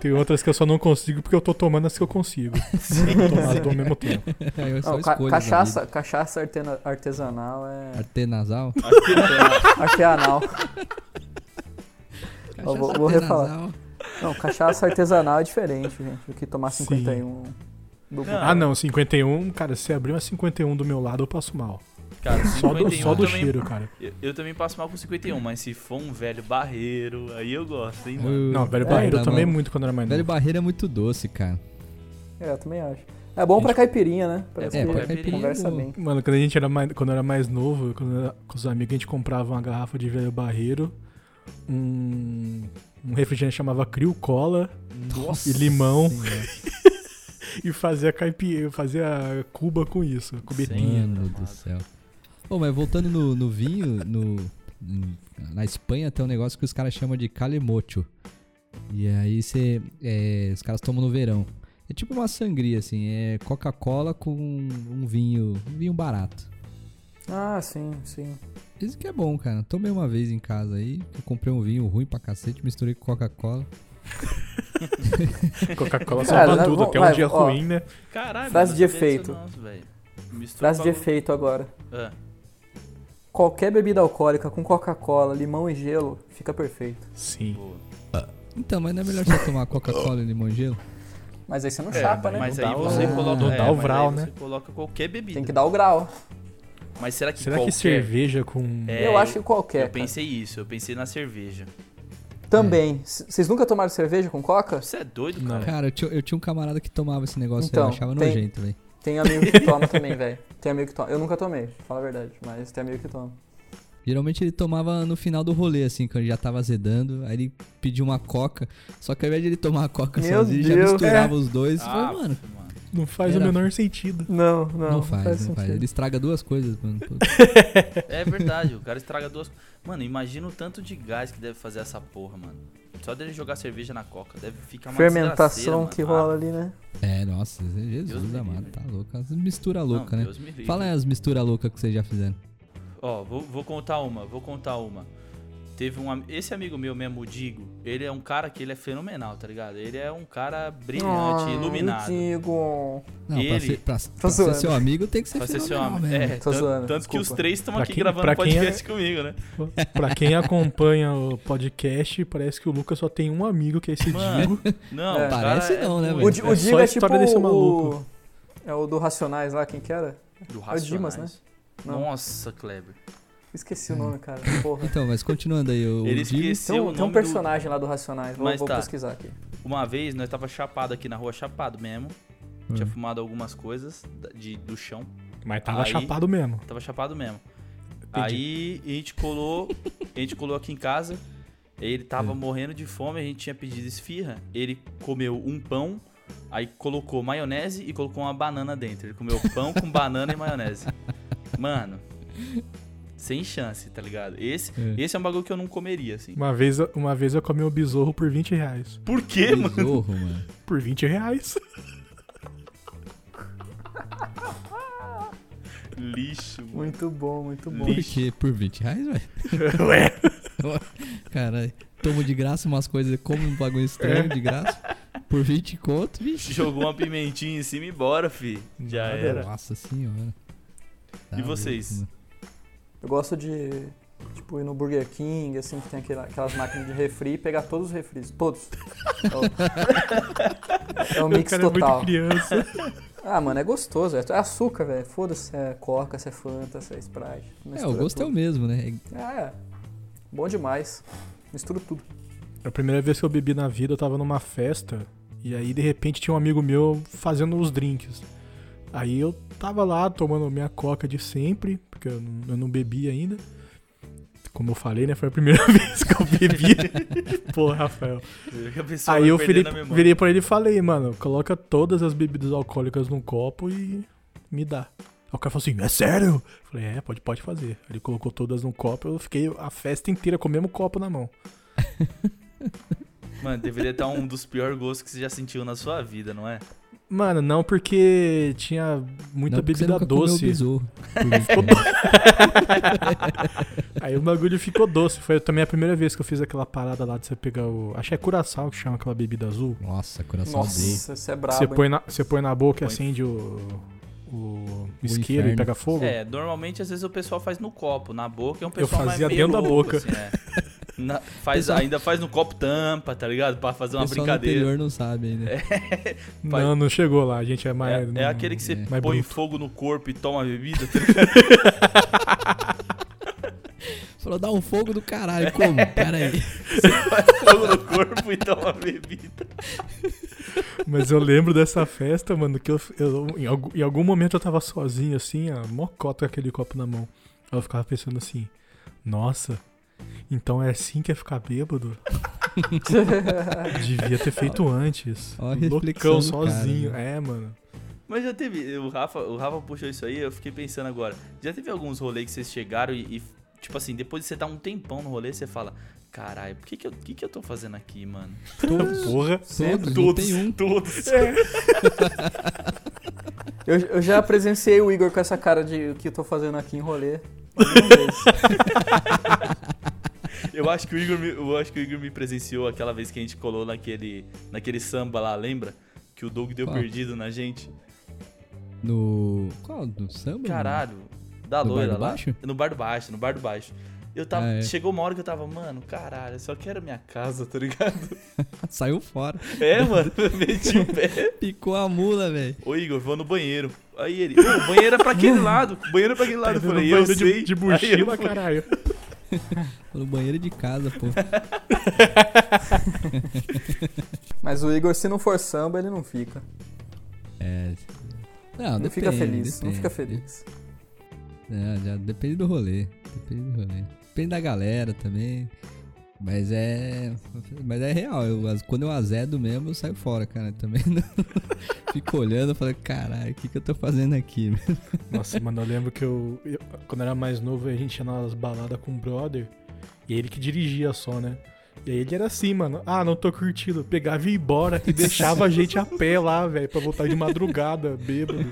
[SPEAKER 2] tem outras que eu só não consigo porque eu tô tomando as que eu consigo. Tomar as duas ao mesmo tempo.
[SPEAKER 5] Aí eu só
[SPEAKER 4] Não, ca-
[SPEAKER 5] escolho.
[SPEAKER 4] cachaça cachaça artena- artesanal é
[SPEAKER 5] Artenasal?
[SPEAKER 4] artesanal.
[SPEAKER 5] Cachaça
[SPEAKER 4] é vou- vou
[SPEAKER 5] artesanal.
[SPEAKER 4] Não, cachaça artesanal é diferente, gente, do que tomar 51 do
[SPEAKER 1] Não.
[SPEAKER 2] Ah, não, 51, cara, se abrir uma 51 do meu lado, eu passo mal.
[SPEAKER 1] Cara,
[SPEAKER 2] Só do,
[SPEAKER 1] 51
[SPEAKER 2] só do
[SPEAKER 1] também.
[SPEAKER 4] é
[SPEAKER 2] cheiro, cara.
[SPEAKER 1] Eu, eu também passo mal com 51, mas se for um velho barreiro, aí eu gosto, hein, mano?
[SPEAKER 5] Uh,
[SPEAKER 2] Não, velho
[SPEAKER 4] É,
[SPEAKER 2] barreiro eu
[SPEAKER 5] tá,
[SPEAKER 2] tomei
[SPEAKER 5] mano.
[SPEAKER 2] muito quando era mais
[SPEAKER 5] Velho
[SPEAKER 2] novo.
[SPEAKER 5] Barreira é muito doce, cara.
[SPEAKER 4] É, eu também acho. É bom pra caipirinha, né? Parece
[SPEAKER 1] É,
[SPEAKER 4] que
[SPEAKER 1] pra caipirinha é
[SPEAKER 4] conversa
[SPEAKER 5] bom.
[SPEAKER 4] bem.
[SPEAKER 2] Mano, quando a gente era mais, quando eu era mais novo, quando eu era com os amigos, a gente comprava uma garrafa de velho barreiro, um, um refrigerante chamava Crio Cola
[SPEAKER 5] Nossa
[SPEAKER 2] e limão.
[SPEAKER 5] Senhora.
[SPEAKER 2] e fazia caipi, fazia cuba com isso, cubetinha.
[SPEAKER 5] Mano do céu. Ô, mas voltando no, no vinho, no, em- na Espanha tem um negócio que os caras chamam de calemocho. E aí você. é, os caras tomam no verão. É tipo uma sangria, assim, é Coca-Cola com um vinho. Um vinho barato.
[SPEAKER 4] Ah, sim, sim.
[SPEAKER 5] Isso que é bom, cara. Tomei uma vez em casa aí, eu comprei um vinho ruim pra cacete, misturei com Coca-Cola.
[SPEAKER 2] Coca-Cola
[SPEAKER 4] Cara,
[SPEAKER 2] salva
[SPEAKER 4] né,
[SPEAKER 2] tudo,
[SPEAKER 4] vamos-
[SPEAKER 2] até um
[SPEAKER 4] vai,
[SPEAKER 2] dia
[SPEAKER 4] ó.
[SPEAKER 2] ruim, né?
[SPEAKER 1] Hum. Caralho,
[SPEAKER 4] Frase
[SPEAKER 1] mano,
[SPEAKER 4] de
[SPEAKER 1] não sabia disso
[SPEAKER 4] efeito.
[SPEAKER 1] não, velho. Mistura
[SPEAKER 4] Frase de
[SPEAKER 1] bagulho.
[SPEAKER 4] efeito agora.
[SPEAKER 1] Ah,
[SPEAKER 4] Qualquer bebida alcoólica com Coca-Cola, limão e gelo fica perfeito.
[SPEAKER 2] Sim.
[SPEAKER 1] boa.
[SPEAKER 5] Então, mas não é melhor você tomar Coca-Cola e limão e gelo?
[SPEAKER 4] Mas aí você não
[SPEAKER 1] É,
[SPEAKER 4] chapa, né?
[SPEAKER 1] mas
[SPEAKER 4] Não
[SPEAKER 1] aí
[SPEAKER 4] dá o-
[SPEAKER 1] você
[SPEAKER 5] Ah,
[SPEAKER 1] coloca.
[SPEAKER 2] não
[SPEAKER 1] é,
[SPEAKER 2] dá o
[SPEAKER 1] mas
[SPEAKER 2] vral,
[SPEAKER 1] aí
[SPEAKER 2] né?
[SPEAKER 1] Você coloca qualquer bebida.
[SPEAKER 4] Tem que dar o grau.
[SPEAKER 1] Mas será que
[SPEAKER 2] Será
[SPEAKER 1] qualquer...
[SPEAKER 2] que cerveja com.
[SPEAKER 1] É,
[SPEAKER 4] eu acho que
[SPEAKER 1] Eu
[SPEAKER 4] qualquer. cara.
[SPEAKER 1] pensei isso, eu pensei na cerveja.
[SPEAKER 4] Também. C- Vocês nunca tomaram cerveja com Coca?
[SPEAKER 1] Você é doido,
[SPEAKER 2] Não.
[SPEAKER 1] cara?
[SPEAKER 5] Cara, eu tinha, eu tinha um camarada que tomava esse negócio aí,
[SPEAKER 4] Então,
[SPEAKER 5] eu achava
[SPEAKER 4] tem-
[SPEAKER 5] nojento, velho.
[SPEAKER 4] Tem amigo que toma também, velho. Tem amigo que toma. Eu nunca tomei, fala a verdade. Mas tem amigo que toma.
[SPEAKER 5] Geralmente ele tomava no final do rolê, assim, quando já tava azedando. Aí ele pediu uma coca. Só que ao invés de ele tomar a coca
[SPEAKER 4] Meu
[SPEAKER 5] sozinho, ele já
[SPEAKER 4] Deus.
[SPEAKER 5] misturava os dois.
[SPEAKER 1] Ah,
[SPEAKER 5] Falei, mano,
[SPEAKER 1] mano.
[SPEAKER 2] Não faz o
[SPEAKER 5] Era-
[SPEAKER 2] menor sentido.
[SPEAKER 4] Não,
[SPEAKER 5] não, faz, não faz. Ele estraga duas coisas, mano. Pô,
[SPEAKER 1] É verdade, o cara estraga duas. Mano, imagina o tanto de gás que deve fazer essa porra, mano. Só dele jogar cerveja na coca, deve ficar uma desgraceira,
[SPEAKER 4] Fermentação
[SPEAKER 1] mano.
[SPEAKER 4] que
[SPEAKER 1] Ah,
[SPEAKER 4] rola ali, né?
[SPEAKER 5] É, nossa, Jesus
[SPEAKER 1] Deus me
[SPEAKER 5] amado,
[SPEAKER 1] livre.
[SPEAKER 5] tá louco. As mistura louca,
[SPEAKER 1] não,
[SPEAKER 5] né?
[SPEAKER 1] Deus me livre.
[SPEAKER 5] Fala aí as misturas loucas que vocês já fizeram.
[SPEAKER 1] Ó, vou, vou contar uma, vou contar uma. Teve um. am- Esse amigo meu mesmo, o Digo, ele é um cara que ele é fenomenal, tá ligado? Ele é um cara
[SPEAKER 4] Ah,
[SPEAKER 1] brilhante, iluminado.
[SPEAKER 4] Digo.
[SPEAKER 5] Não, pra
[SPEAKER 1] Ele-
[SPEAKER 5] ser, pra- pra ser
[SPEAKER 4] zoando.
[SPEAKER 5] seu amigo tem que ser
[SPEAKER 1] Pra ser seu
[SPEAKER 5] fenomenal
[SPEAKER 1] amigo.
[SPEAKER 5] mesmo.
[SPEAKER 1] É,
[SPEAKER 4] Tô
[SPEAKER 1] tan-
[SPEAKER 4] zoando,
[SPEAKER 1] tanto, que os
[SPEAKER 4] desculpa.
[SPEAKER 1] três estão
[SPEAKER 2] Pra
[SPEAKER 1] aqui
[SPEAKER 2] quem-
[SPEAKER 1] gravando
[SPEAKER 2] pra quem é-
[SPEAKER 1] podcast comigo, né?
[SPEAKER 2] Pra quem acompanha o podcast, parece que o Lucas só tem um amigo, que é esse
[SPEAKER 1] Mano.
[SPEAKER 2] Digo.
[SPEAKER 1] Não,
[SPEAKER 4] É.
[SPEAKER 1] o cara
[SPEAKER 5] Parece
[SPEAKER 1] é
[SPEAKER 5] não, né,
[SPEAKER 1] muito-
[SPEAKER 5] velho?
[SPEAKER 4] O, Di-
[SPEAKER 2] É
[SPEAKER 4] o Digo
[SPEAKER 2] só a
[SPEAKER 4] é tipo
[SPEAKER 2] história desse maluco.
[SPEAKER 4] o... É o do Racionais lá, quem que era?
[SPEAKER 1] Do
[SPEAKER 4] É o Dimas,
[SPEAKER 1] Racionais.
[SPEAKER 4] Não.
[SPEAKER 1] Nossa, Kleber.
[SPEAKER 2] É.
[SPEAKER 4] Esqueci o nome, cara. Porra.
[SPEAKER 5] Então, mas continuando aí, o
[SPEAKER 1] Ele
[SPEAKER 5] o Digo-
[SPEAKER 1] esqueceu
[SPEAKER 4] Tem
[SPEAKER 1] o
[SPEAKER 4] um,
[SPEAKER 1] nome
[SPEAKER 4] tem um
[SPEAKER 1] do-
[SPEAKER 4] personagem lá do Racionais, vou,
[SPEAKER 1] Mas
[SPEAKER 4] vou
[SPEAKER 1] tá.
[SPEAKER 4] pesquisar aqui.
[SPEAKER 1] Uma vez nós tava chapado aqui na rua, chapado mesmo.
[SPEAKER 5] Hum.
[SPEAKER 1] Tinha fumado algumas coisas da- de, do chão.
[SPEAKER 2] Mas tava
[SPEAKER 1] Aí-
[SPEAKER 2] chapado mesmo.
[SPEAKER 1] Tava chapado mesmo. Aí a gente colou, a gente colou aqui em casa. Ele tava morrendo de fome, a gente tinha pedido esfirra. Ele comeu um pão, aí colocou maionese e colocou uma banana dentro. Ele comeu pão com banana e maionese. Mano, sem chance, tá ligado? Esse,
[SPEAKER 5] É.
[SPEAKER 1] esse é um bagulho que eu não comeria, assim.
[SPEAKER 2] Uma vez, uma vez eu comi um besouro por 20 reais.
[SPEAKER 1] Por quê, mano?
[SPEAKER 5] Besouro, mano.
[SPEAKER 2] Por 20 reais.
[SPEAKER 1] Lixo, mano.
[SPEAKER 4] Muito bom, muito bom.
[SPEAKER 5] Por quê? Por 20 reais, velho?
[SPEAKER 2] Ué.
[SPEAKER 5] Caralho, tomo de graça umas coisas, como um bagulho
[SPEAKER 1] É.
[SPEAKER 5] estranho de graça. Por 20 conto, vixe.
[SPEAKER 1] Jogou uma pimentinha em cima e bora, fi. Já era.
[SPEAKER 5] Nossa senhora. Tá
[SPEAKER 1] E vocês?
[SPEAKER 5] louco,
[SPEAKER 4] Eu gosto de Tipo, ir no Burger King, assim, que tem aquela- aquelas máquinas de refri e pegar todos os refris. Todos. É o, é o
[SPEAKER 2] O
[SPEAKER 4] mix
[SPEAKER 2] cara é muito
[SPEAKER 4] total.
[SPEAKER 2] criança.
[SPEAKER 4] ah, mano, é gostoso. É é açúcar, velho. Foda-se, é coca, se é fanta, se é sprite.
[SPEAKER 5] É, o gosto é o mesmo, né?
[SPEAKER 4] mesmo. É, bom demais. Mistura tudo.
[SPEAKER 2] A primeira vez que eu bebi na vida, eu tava numa festa. E aí, de repente, tinha um amigo meu fazendo os drinks. Aí eu tava lá tomando minha coca de sempre, porque eu não, eu não bebi ainda. Como eu falei, né? Foi a primeira vez que eu bebi. Porra, Rafael.
[SPEAKER 1] A pessoa
[SPEAKER 2] Aí
[SPEAKER 1] vai
[SPEAKER 2] eu virei,
[SPEAKER 1] perdendo a memória.
[SPEAKER 2] virei pra ele e falei, mano, coloca todas as bebidas alcoólicas num copo e me dá. Aí o cara falou assim, é sério? Eu falei, é, pode, pode fazer. Ele colocou todas num copo, eu fiquei a festa inteira com o mesmo copo na mão.
[SPEAKER 1] Mano, deveria estar um dos piores gostos que você já sentiu na sua vida, não é?
[SPEAKER 2] Mano, não porque tinha muita
[SPEAKER 5] Não, porque você
[SPEAKER 2] bebida
[SPEAKER 5] nunca comeu
[SPEAKER 2] doce.
[SPEAKER 5] besouro. Por isso, né?
[SPEAKER 2] Aí o bagulho ficou doce. Foi também a primeira vez que eu fiz aquela parada lá de você pegar o. Acho que é curaçal que chama aquela bebida azul.
[SPEAKER 5] Nossa, coração odeio.
[SPEAKER 4] Nossa, você é brabo,
[SPEAKER 2] Você
[SPEAKER 4] hein?
[SPEAKER 2] põe, na, você põe na boca e
[SPEAKER 1] Tá, Põe.
[SPEAKER 2] acende o. O isqueiro e
[SPEAKER 5] inferno.
[SPEAKER 2] pega fogo?
[SPEAKER 1] É, normalmente às vezes o pessoal faz no copo, na boca é um pessoal mais
[SPEAKER 2] fazia
[SPEAKER 1] meio
[SPEAKER 2] dentro da
[SPEAKER 1] louco,
[SPEAKER 2] boca.
[SPEAKER 1] assim, é. Na- faz,
[SPEAKER 5] Pessoal-
[SPEAKER 1] ainda faz no copo tampa, tá ligado? Pra fazer uma
[SPEAKER 5] O pessoal no
[SPEAKER 1] brincadeira. É.
[SPEAKER 5] interior não sabe ainda.
[SPEAKER 1] pai.
[SPEAKER 2] Não, não chegou lá. A gente é mais.
[SPEAKER 1] É, é aquele que você
[SPEAKER 5] é.
[SPEAKER 1] põe
[SPEAKER 2] Mais bruto.
[SPEAKER 1] fogo no corpo e toma a bebida. tá
[SPEAKER 5] Falou, dá um fogo do caralho. Como?
[SPEAKER 1] É.
[SPEAKER 5] Pera aí.
[SPEAKER 1] fogo no corpo e toma a bebida.
[SPEAKER 2] Mas eu lembro dessa festa, mano, que eu, eu- em, algum, em algum momento eu tava sozinho, assim, a mocota com aquele copo na mão. Aí Eu ficava pensando assim, nossa, então é assim que é ficar bêbado? Devia ter feito antes.
[SPEAKER 5] Ó a reflexão
[SPEAKER 2] Loucão,
[SPEAKER 5] do cara,
[SPEAKER 2] sozinho. é, mano.
[SPEAKER 1] Mas já teve. O Rafa, o Rafa puxou isso aí, eu fiquei pensando agora. Já teve alguns rolês que vocês chegaram e, e, tipo assim, depois de você tá um tempão no rolê, você fala: Caralho, por que, que, eu, que, que eu tô fazendo aqui, mano?
[SPEAKER 5] Todos.
[SPEAKER 2] Porra.
[SPEAKER 5] Todos. Não
[SPEAKER 1] todos,
[SPEAKER 5] tem um.
[SPEAKER 1] todos.
[SPEAKER 4] Eu, eu já presenciei o Igor com essa cara de o que eu tô fazendo aqui em rolê. Alguma vez.
[SPEAKER 1] Eu acho que o Igor me, eu acho que o Igor me presenciou aquela vez que a gente colou naquele, naquele samba lá, lembra? Que o Doug deu
[SPEAKER 5] Qual?
[SPEAKER 1] perdido na gente.
[SPEAKER 5] No. Qual? No samba?
[SPEAKER 1] Caralho, da
[SPEAKER 5] No Bar
[SPEAKER 1] loira
[SPEAKER 5] do
[SPEAKER 1] lá.
[SPEAKER 5] Baixo?
[SPEAKER 1] No bar do baixo, no bar do baixo. Eu tava,
[SPEAKER 5] Ah, é.
[SPEAKER 1] chegou uma hora que eu tava, mano, caralho, eu só quero minha casa, tá ligado?
[SPEAKER 5] mano? Saiu fora.
[SPEAKER 1] É, mano, eu meti o pé.
[SPEAKER 5] Picou a mula, velho.
[SPEAKER 1] Ô, Igor, vou no banheiro. Aí ele, ô, banheiro é pra aquele lado, banheiro é pra aquele lado. Eu
[SPEAKER 2] Tá indo no
[SPEAKER 1] falei, eu
[SPEAKER 2] banheiro de,
[SPEAKER 1] sei.
[SPEAKER 2] de
[SPEAKER 1] Aí eu
[SPEAKER 2] mochila,
[SPEAKER 1] fui.
[SPEAKER 2] caralho.
[SPEAKER 5] Tô no banheiro de casa, pô.
[SPEAKER 4] Mas o Igor, se não for samba, ele não fica.
[SPEAKER 5] É.
[SPEAKER 4] Não
[SPEAKER 5] Não, depende,
[SPEAKER 4] fica feliz. Não
[SPEAKER 5] depende.
[SPEAKER 4] fica feliz.
[SPEAKER 5] Não, já depende do rolê. Depende do rolê. Depende da galera também. Mas é. Mas é real. eu- as- quando eu azedo mesmo, eu saio fora, cara. Também não- Fico olhando e falo, caralho, o que, que eu tô fazendo aqui?
[SPEAKER 2] Nossa, mano, eu lembro que eu, eu- Quando eu era mais novo, a gente ia nas baladas com o brother. E ele que dirigia só, né? E aí ele era assim, mano. Ah, não tô curtindo. Pegava e ia embora e deixava a gente a pé lá, velho, pra voltar de madrugada, bêbado.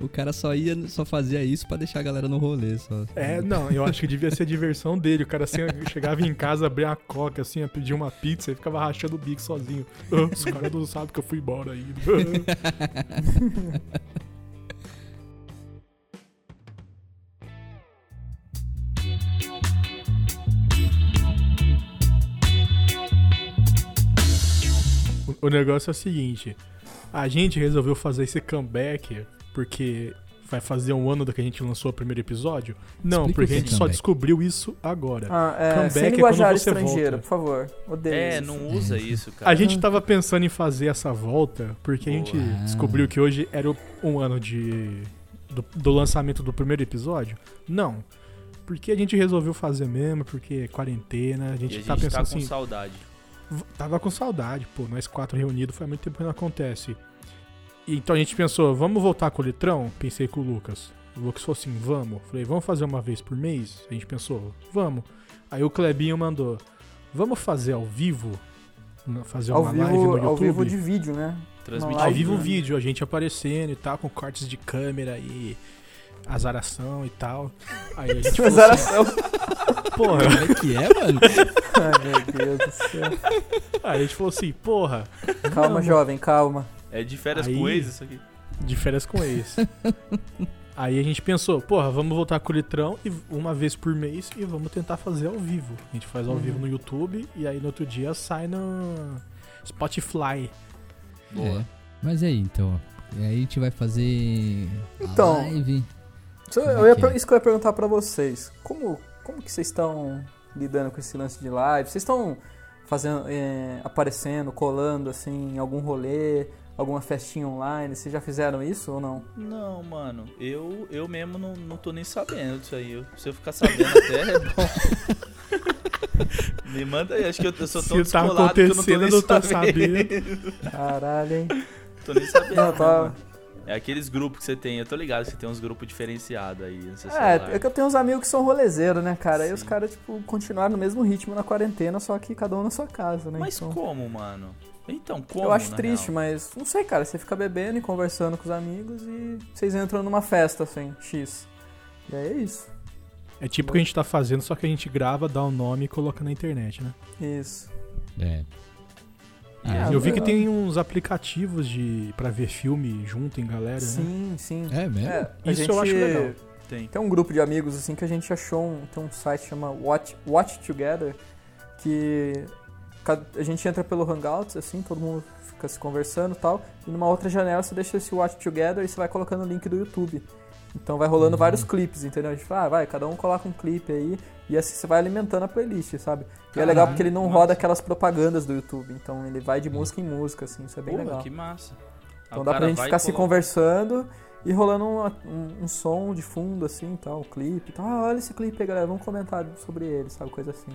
[SPEAKER 5] O cara só ia, só fazia isso pra deixar a galera no rolê, só.
[SPEAKER 2] É, não, eu acho que devia ser a diversão dele. O cara assim, chegava em casa, abria uma coca, assim, ia pedir uma pizza e ficava rachando o bico sozinho. Ah, Os caras não sabem que eu fui embora ainda. Ah. O- O negócio é o seguinte: a gente resolveu fazer esse comeback porque vai fazer um ano do que a gente lançou o primeiro episódio? Não,
[SPEAKER 5] Explica
[SPEAKER 2] porque
[SPEAKER 5] o
[SPEAKER 2] a
[SPEAKER 5] que
[SPEAKER 2] gente
[SPEAKER 5] é
[SPEAKER 2] só
[SPEAKER 5] comeback.
[SPEAKER 2] descobriu isso agora.
[SPEAKER 4] Ah, é,
[SPEAKER 2] Comeback é
[SPEAKER 4] sem
[SPEAKER 2] quando
[SPEAKER 4] linguajar
[SPEAKER 2] você
[SPEAKER 4] estrangeiro,
[SPEAKER 2] volta.
[SPEAKER 4] por favor. Odeio
[SPEAKER 1] É,
[SPEAKER 4] isso.
[SPEAKER 1] não usa isso, cara.
[SPEAKER 2] A gente tava pensando em fazer essa volta porque a gente
[SPEAKER 5] Boa.
[SPEAKER 2] descobriu que hoje era o- um ano de do, do lançamento do primeiro episódio? Não. Porque a gente resolveu fazer mesmo, porque é quarentena, a
[SPEAKER 1] E
[SPEAKER 2] gente,
[SPEAKER 1] a gente
[SPEAKER 2] tá
[SPEAKER 1] tá,
[SPEAKER 2] pensando
[SPEAKER 1] com
[SPEAKER 2] assim,
[SPEAKER 1] saudade.
[SPEAKER 2] v- tava com saudade, pô, nós quatro reunidos, faz muito tempo que não acontece. E Então a gente pensou, vamos voltar com o litrão? Pensei com o Lucas. O Lucas falou assim, vamos. Falei, vamos fazer uma vez por mês? A gente pensou, vamos. Aí o Clebinho mandou, vamos fazer ao vivo? Na- Fazer
[SPEAKER 4] Ao
[SPEAKER 2] uma live no
[SPEAKER 4] vivo,
[SPEAKER 2] YouTube?
[SPEAKER 4] ao vivo de vídeo, né?
[SPEAKER 1] Transmitir.
[SPEAKER 4] Live,
[SPEAKER 2] Ao vivo o
[SPEAKER 4] né?
[SPEAKER 2] vídeo, a gente aparecendo e tal, com cortes de câmera e azaração e tal. Aí a
[SPEAKER 4] Tipo
[SPEAKER 2] gente falou assim,
[SPEAKER 4] Exaração.
[SPEAKER 2] porra,
[SPEAKER 5] Como é que é, mano?
[SPEAKER 4] Ai, meu Deus do céu.
[SPEAKER 2] aí a gente falou assim, porra,
[SPEAKER 4] Calma,
[SPEAKER 2] Não.
[SPEAKER 4] jovem, calma.
[SPEAKER 1] É de férias
[SPEAKER 2] Aí-
[SPEAKER 1] com ex isso aqui.
[SPEAKER 2] de férias com ex. Aí a gente pensou, porra, vamos voltar com o litrão e uma vez por mês e vamos tentar fazer ao vivo. A gente
[SPEAKER 4] Uhum.
[SPEAKER 2] faz ao vivo no YouTube e aí no outro dia sai no Spotify.
[SPEAKER 1] Boa.
[SPEAKER 5] É. Mas e aí, então? E aí a gente vai fazer a
[SPEAKER 4] Então.
[SPEAKER 5] live.
[SPEAKER 4] Isso, eu ia per- isso que eu ia perguntar pra vocês. Como, como que vocês estão lidando com esse lance de live? Vocês estão fazendo, é, aparecendo, colando, assim, em algum rolê, alguma festinha online? Vocês já fizeram isso ou não?
[SPEAKER 1] Não, mano, eu, eu mesmo não, não tô nem sabendo disso aí. Eu- se eu ficar sabendo até, é bom. Me manda aí, acho que eu, eu sou
[SPEAKER 2] Se
[SPEAKER 1] tão
[SPEAKER 2] tá
[SPEAKER 1] descolado que eu não tô
[SPEAKER 2] acontecendo,
[SPEAKER 1] nem
[SPEAKER 2] eu não tá tô
[SPEAKER 1] sabendo.
[SPEAKER 4] Caralho, hein?
[SPEAKER 1] tô nem sabendo. né,
[SPEAKER 4] Não, tá...
[SPEAKER 1] mano. É aqueles grupos que você tem, eu tô ligado que você tem uns grupos diferenciados aí no seu celular.
[SPEAKER 4] É, é que eu tenho uns amigos que são rolezeiros, né, cara? Aí os
[SPEAKER 1] Sim.
[SPEAKER 4] caras, tipo, continuaram no mesmo ritmo na quarentena, só que cada um na sua casa, né?
[SPEAKER 1] Mas
[SPEAKER 4] Então-
[SPEAKER 1] como, mano? Então, como?
[SPEAKER 4] eu acho
[SPEAKER 1] na
[SPEAKER 4] triste,
[SPEAKER 1] real?
[SPEAKER 4] mas não sei, cara. Você fica bebendo e conversando com os amigos e vocês entram numa festa, assim, X. E aí é isso.
[SPEAKER 2] É tipo o que a gente tá fazendo, só que a gente grava, dá o nome e coloca na internet, né?
[SPEAKER 4] Isso.
[SPEAKER 5] É.
[SPEAKER 4] Ah,
[SPEAKER 2] eu vi que
[SPEAKER 4] legal.
[SPEAKER 2] tem uns aplicativos de para ver filme junto em galera, né?
[SPEAKER 4] Sim, sim.
[SPEAKER 5] É mesmo?
[SPEAKER 4] a
[SPEAKER 2] Isso eu acho legal.
[SPEAKER 1] Tem.
[SPEAKER 4] Tem um grupo de amigos, assim, que a gente achou um, tem um site que chama Watch, Watch Together, que ca- a gente entra pelo Hangouts, assim, todo mundo fica se conversando e tal, e numa outra janela você deixa esse Watch Together e você vai colocando o link do YouTube. Então vai rolando
[SPEAKER 5] Hum.
[SPEAKER 4] vários clipes, entendeu? A gente fala, ah, vai, cada um coloca um clipe aí, e assim você vai alimentando a playlist, sabe? E é legal
[SPEAKER 1] Caralho,
[SPEAKER 4] porque ele não
[SPEAKER 1] massa.
[SPEAKER 4] roda aquelas propagandas do YouTube, então ele vai de música em música, assim, isso é bem
[SPEAKER 1] Porra,
[SPEAKER 4] legal.
[SPEAKER 1] que massa.
[SPEAKER 4] Então
[SPEAKER 1] O
[SPEAKER 4] dá
[SPEAKER 1] cara
[SPEAKER 4] pra gente
[SPEAKER 1] vai
[SPEAKER 4] ficar se
[SPEAKER 1] coloca-
[SPEAKER 4] conversando e rolando um, um- um som de fundo, assim, tal, um clipe e tal. Ah, olha esse clipe aí, galera, vamos comentar sobre ele, sabe, coisa assim.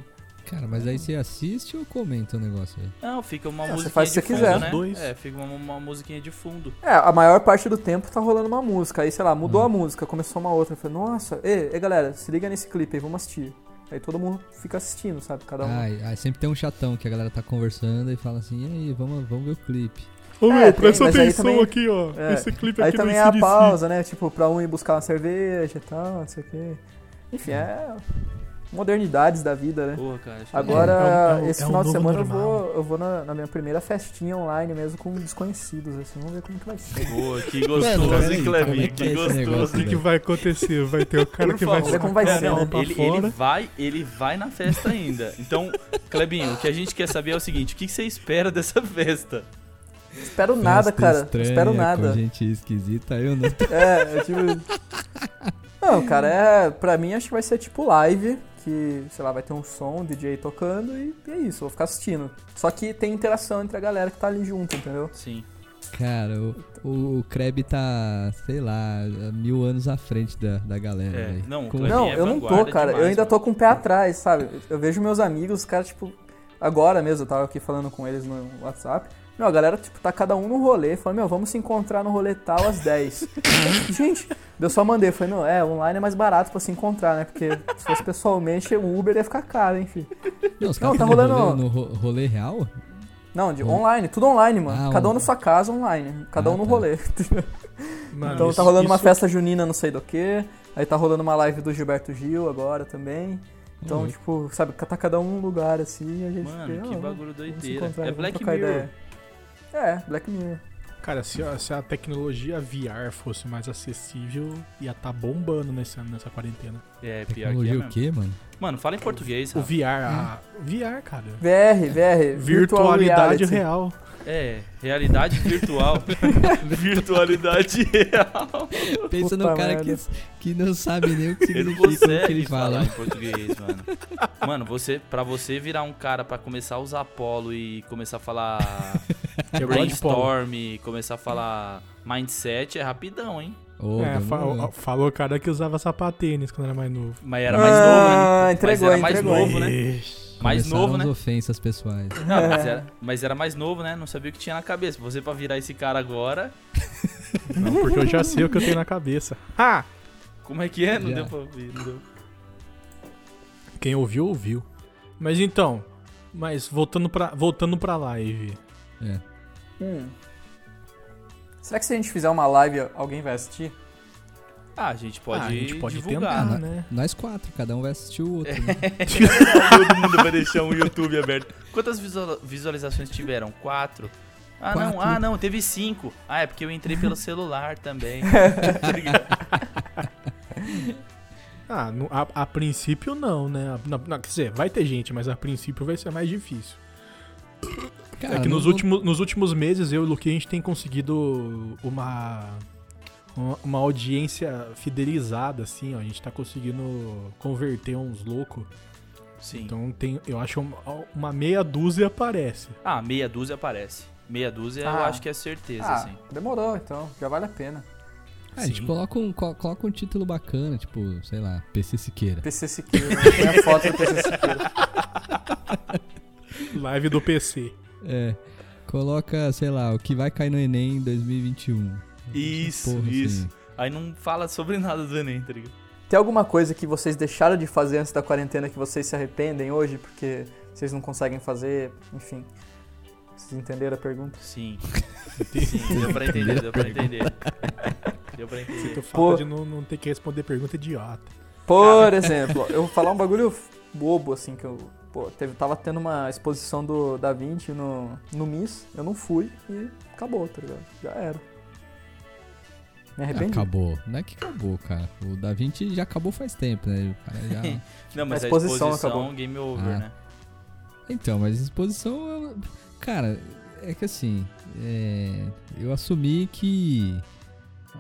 [SPEAKER 5] Cara, mas aí você assiste ou comenta o negócio aí?
[SPEAKER 1] Não, fica uma
[SPEAKER 4] Ah, você
[SPEAKER 1] musiquinha
[SPEAKER 4] faz se
[SPEAKER 1] de
[SPEAKER 4] você
[SPEAKER 1] fundo,
[SPEAKER 4] quiser.
[SPEAKER 1] né?
[SPEAKER 2] Dois.
[SPEAKER 1] É, fica uma, uma musiquinha de fundo.
[SPEAKER 4] É, a maior parte do tempo tá rolando uma música. Aí, sei lá, mudou
[SPEAKER 5] Hum.
[SPEAKER 1] Uhum.
[SPEAKER 4] a música, começou uma outra. Eu falei, nossa, ei, ei, galera, se liga nesse clipe aí, vamos assistir. Aí todo mundo fica assistindo, sabe, cada um.
[SPEAKER 5] Ah, e- aí sempre tem um chatão que a galera tá conversando e fala assim, e aí, vamos, vamos ver o clipe.
[SPEAKER 2] Ô
[SPEAKER 4] É,
[SPEAKER 2] meu,
[SPEAKER 4] tem,
[SPEAKER 2] presta
[SPEAKER 4] mas aí
[SPEAKER 2] atenção
[SPEAKER 4] também-
[SPEAKER 2] aqui, ó.
[SPEAKER 4] é.
[SPEAKER 2] Esse clipe
[SPEAKER 4] Aí
[SPEAKER 2] aqui
[SPEAKER 4] também é
[SPEAKER 2] do
[SPEAKER 4] a
[SPEAKER 2] CDC.
[SPEAKER 4] pausa, né? Tipo, pra um ir buscar uma cerveja e tal, não sei o quê. Enfim,
[SPEAKER 1] Uhum.
[SPEAKER 4] é modernidades da vida, né?
[SPEAKER 1] Porra, cara. acho que-
[SPEAKER 4] Agora,
[SPEAKER 2] É, é um- é
[SPEAKER 4] esse
[SPEAKER 2] um
[SPEAKER 4] final de
[SPEAKER 2] novo
[SPEAKER 4] semana eu
[SPEAKER 2] normal.
[SPEAKER 4] vou, eu vou na, na minha primeira festinha online mesmo com desconhecidos, assim, vamos ver como que vai ser.
[SPEAKER 1] Boa, que
[SPEAKER 5] Mano,
[SPEAKER 1] gostoso,
[SPEAKER 5] peraí,
[SPEAKER 1] hein,
[SPEAKER 5] como é
[SPEAKER 1] Clevinho?
[SPEAKER 5] que
[SPEAKER 1] Que
[SPEAKER 5] é esse
[SPEAKER 1] gostoso,
[SPEAKER 5] negócio,
[SPEAKER 1] hein?
[SPEAKER 2] O que, que vai acontecer? Vai ter o cara
[SPEAKER 1] Por
[SPEAKER 2] que
[SPEAKER 1] favor.
[SPEAKER 2] vai
[SPEAKER 4] Vamos ver como vai
[SPEAKER 2] sacar
[SPEAKER 4] ser,
[SPEAKER 2] a mão
[SPEAKER 4] né?
[SPEAKER 2] pra
[SPEAKER 1] Ele, ele
[SPEAKER 2] fora.
[SPEAKER 1] vai, ele vai na festa ainda. Então, Clebinho, o que a gente quer saber é o seguinte: o que que você espera dessa festa?
[SPEAKER 4] Espero nada,
[SPEAKER 5] Festa
[SPEAKER 4] cara.
[SPEAKER 5] estranha,
[SPEAKER 4] Espero
[SPEAKER 5] com
[SPEAKER 4] nada.
[SPEAKER 5] gente esquisita, eu não tô...
[SPEAKER 4] É, eu tive. Não, cara, é, pra mim acho que vai ser tipo live, que, sei lá, vai ter um som, um DJ tocando e, e é isso, eu vou ficar assistindo. Só que tem interação entre a galera que tá ali junto, entendeu?
[SPEAKER 1] Sim.
[SPEAKER 5] Cara, o, o, o Kreb tá, sei lá, mil anos à frente da, da galera,
[SPEAKER 1] É,
[SPEAKER 5] velho.
[SPEAKER 1] não, o
[SPEAKER 5] Como-
[SPEAKER 1] Pra Kleber-
[SPEAKER 4] não,
[SPEAKER 1] mim é
[SPEAKER 4] eu não tô,
[SPEAKER 1] vanguarda
[SPEAKER 4] cara. eu
[SPEAKER 1] demais,
[SPEAKER 4] ainda
[SPEAKER 1] mano.
[SPEAKER 4] tô com o pé atrás, sabe? Eu vejo meus amigos, os caras, tipo, agora mesmo, eu tava aqui falando com eles no WhatsApp. Meu, a galera, tipo, tá cada um no rolê. Falei, meu, vamos se encontrar no rolê tal às 10. Gente, eu só mandei. Falei, não, é, online é mais barato pra se encontrar, né? Porque se fosse pessoalmente, o Uber ia ficar caro, enfim.
[SPEAKER 5] Não, assim? os
[SPEAKER 4] Não,
[SPEAKER 5] caras
[SPEAKER 4] tá
[SPEAKER 5] fazem rolê
[SPEAKER 4] rolando-
[SPEAKER 5] no ro- rolê real?
[SPEAKER 4] Não, de
[SPEAKER 5] Hum.
[SPEAKER 4] online, tudo online, mano.
[SPEAKER 5] Ah,
[SPEAKER 4] cada um
[SPEAKER 5] on-
[SPEAKER 4] na sua casa, online. Cada
[SPEAKER 5] Ah,
[SPEAKER 4] um no
[SPEAKER 5] tá.
[SPEAKER 4] rolê.
[SPEAKER 2] Mano,
[SPEAKER 4] então
[SPEAKER 2] isso-
[SPEAKER 4] tá rolando uma
[SPEAKER 2] isso-
[SPEAKER 4] festa junina, não sei do que. Aí tá rolando uma live do Gilberto Gil agora também. Então,
[SPEAKER 2] Uhum.
[SPEAKER 5] Hum.
[SPEAKER 4] tipo, sabe, tá cada um num lugar assim e a gente.
[SPEAKER 1] Mano, que
[SPEAKER 4] fica, "Ah, vamos-
[SPEAKER 1] bagulho
[SPEAKER 4] vamos se
[SPEAKER 1] doideira.
[SPEAKER 4] encontrar,
[SPEAKER 1] É
[SPEAKER 4] vamos
[SPEAKER 1] Black
[SPEAKER 4] trocar
[SPEAKER 1] Mirror.
[SPEAKER 4] ideia." É, Black Mirror.
[SPEAKER 2] Cara, se a, se a tecnologia VR fosse mais acessível, ia tá bombando nessa, nessa quarentena.
[SPEAKER 1] É, pior que é.
[SPEAKER 5] Tecnologia o
[SPEAKER 1] Mesmo.
[SPEAKER 5] quê, mano?
[SPEAKER 1] Mano, fala em português,
[SPEAKER 2] O
[SPEAKER 1] sabe?
[SPEAKER 2] VR, a, VR, cara.
[SPEAKER 4] VR, VR. virtual
[SPEAKER 2] Virtualidade
[SPEAKER 4] reality.
[SPEAKER 2] real.
[SPEAKER 1] É, realidade virtual. Virtualidade real.
[SPEAKER 5] Pensa
[SPEAKER 4] Puta
[SPEAKER 5] no cara que,
[SPEAKER 4] merda.
[SPEAKER 5] que não sabe nem o que
[SPEAKER 1] Ele não
[SPEAKER 5] significa o que
[SPEAKER 1] consegue
[SPEAKER 5] ele
[SPEAKER 1] falar
[SPEAKER 5] fala.
[SPEAKER 1] em português, mano. Mano, você, pra você virar um cara pra começar a usar Apollo e começar a falar
[SPEAKER 2] Eu gosto de polo.
[SPEAKER 1] brainstorm, começar a falar mindset, é rapidão, hein?
[SPEAKER 5] Ô,
[SPEAKER 2] É,
[SPEAKER 5] demorou. né?
[SPEAKER 2] fa- falou o cara que usava sapatênis quando era mais novo.
[SPEAKER 1] Mas era mais
[SPEAKER 4] Ah,
[SPEAKER 1] novo, né?
[SPEAKER 4] entregou,
[SPEAKER 1] mas era mais
[SPEAKER 4] entregou.
[SPEAKER 1] novo, né?
[SPEAKER 2] Ixi.
[SPEAKER 1] Mais
[SPEAKER 5] Ah! Começaram
[SPEAKER 1] novo,
[SPEAKER 5] as
[SPEAKER 1] né?
[SPEAKER 5] ofensas pessoais.
[SPEAKER 1] Não, mas era, mas era mais novo, né? Não sabia o que tinha na cabeça. Você pra virar esse cara agora,
[SPEAKER 2] Não, porque eu já sei o que eu tenho na cabeça. Ah!
[SPEAKER 1] como é que é? Não
[SPEAKER 5] Já.
[SPEAKER 1] deu pra ouvir, não deu.
[SPEAKER 2] Quem ouviu, ouviu. Mas então, mas voltando pra, voltando pra live.
[SPEAKER 5] É.
[SPEAKER 4] Hum. Será que se a gente fizer uma live, alguém vai assistir?
[SPEAKER 1] Ah, a gente pode,
[SPEAKER 2] Ah, a gente
[SPEAKER 5] um
[SPEAKER 2] pode
[SPEAKER 1] divulgar.
[SPEAKER 2] tentar, né?
[SPEAKER 5] Nós quatro, cada um vai assistir o outro, né?
[SPEAKER 1] Todo mundo vai deixar o YouTube aberto. Quantas visual- visualizações tiveram? Quatro? Ah, não,
[SPEAKER 5] Quatro.
[SPEAKER 1] ah, não, teve cinco. Ah, é porque eu entrei pelo celular também.
[SPEAKER 2] Ah, no- a, a princípio não, né? A- na- na- quer dizer, vai ter gente, mas a princípio vai ser mais difícil. é que
[SPEAKER 5] não
[SPEAKER 2] nos,
[SPEAKER 5] vou-
[SPEAKER 2] últimos, nos últimos meses, eu e o Luque, a gente tem conseguido uma, uma, uma audiência fidelizada, assim, ó. A gente tá conseguindo converter uns loucos.
[SPEAKER 1] Sim.
[SPEAKER 2] Então tem, eu acho uma, uma meia dúzia aparece.
[SPEAKER 1] Ah, meia dúzia aparece. Meia dúzia eu
[SPEAKER 4] Ah.
[SPEAKER 1] acho que é certeza,
[SPEAKER 4] Ah,
[SPEAKER 1] assim.
[SPEAKER 4] demorou então, já vale a pena.
[SPEAKER 5] Ah, a gente
[SPEAKER 2] Sim.
[SPEAKER 5] coloca um, co- coloca um título bacana, tipo, sei lá, PC Siqueira.
[SPEAKER 4] PC Siqueira, tem a foto do PC Siqueira.
[SPEAKER 2] Live do PC.
[SPEAKER 5] É. Coloca, sei lá, o que vai cair no Enem em 2021.
[SPEAKER 1] Isso,
[SPEAKER 5] Porra,
[SPEAKER 1] isso.
[SPEAKER 5] assim.
[SPEAKER 1] Aí não fala sobre nada do Enem, tá ligado?
[SPEAKER 4] Tem alguma coisa que vocês deixaram de fazer antes da quarentena que vocês se arrependem hoje porque vocês não conseguem fazer? Enfim. Vocês entenderam a pergunta?
[SPEAKER 1] Sim. Sim, deu pra entender, deu pra entender. Deu pra entender.
[SPEAKER 2] Sinto falta
[SPEAKER 4] Pô.
[SPEAKER 2] de não, não ter que responder pergunta idiota.
[SPEAKER 4] Por exemplo, eu vou falar um bagulho bobo, assim, que eu. Pô, teve, tava tendo uma exposição do Da Vinci no, no Miss, eu não fui e acabou, tá ligado? Já era. Me
[SPEAKER 5] Ah,
[SPEAKER 4] arrependi.
[SPEAKER 5] acabou. Não é que acabou, cara. O Da Vinci já acabou faz tempo, né? O cara já.
[SPEAKER 1] Não, mas a
[SPEAKER 4] A
[SPEAKER 1] exposição,
[SPEAKER 4] exposição acabou.
[SPEAKER 1] game over,
[SPEAKER 5] Ah.
[SPEAKER 1] né?
[SPEAKER 5] Então, mas exposição. eu- Cara, é que assim. é, eu assumi que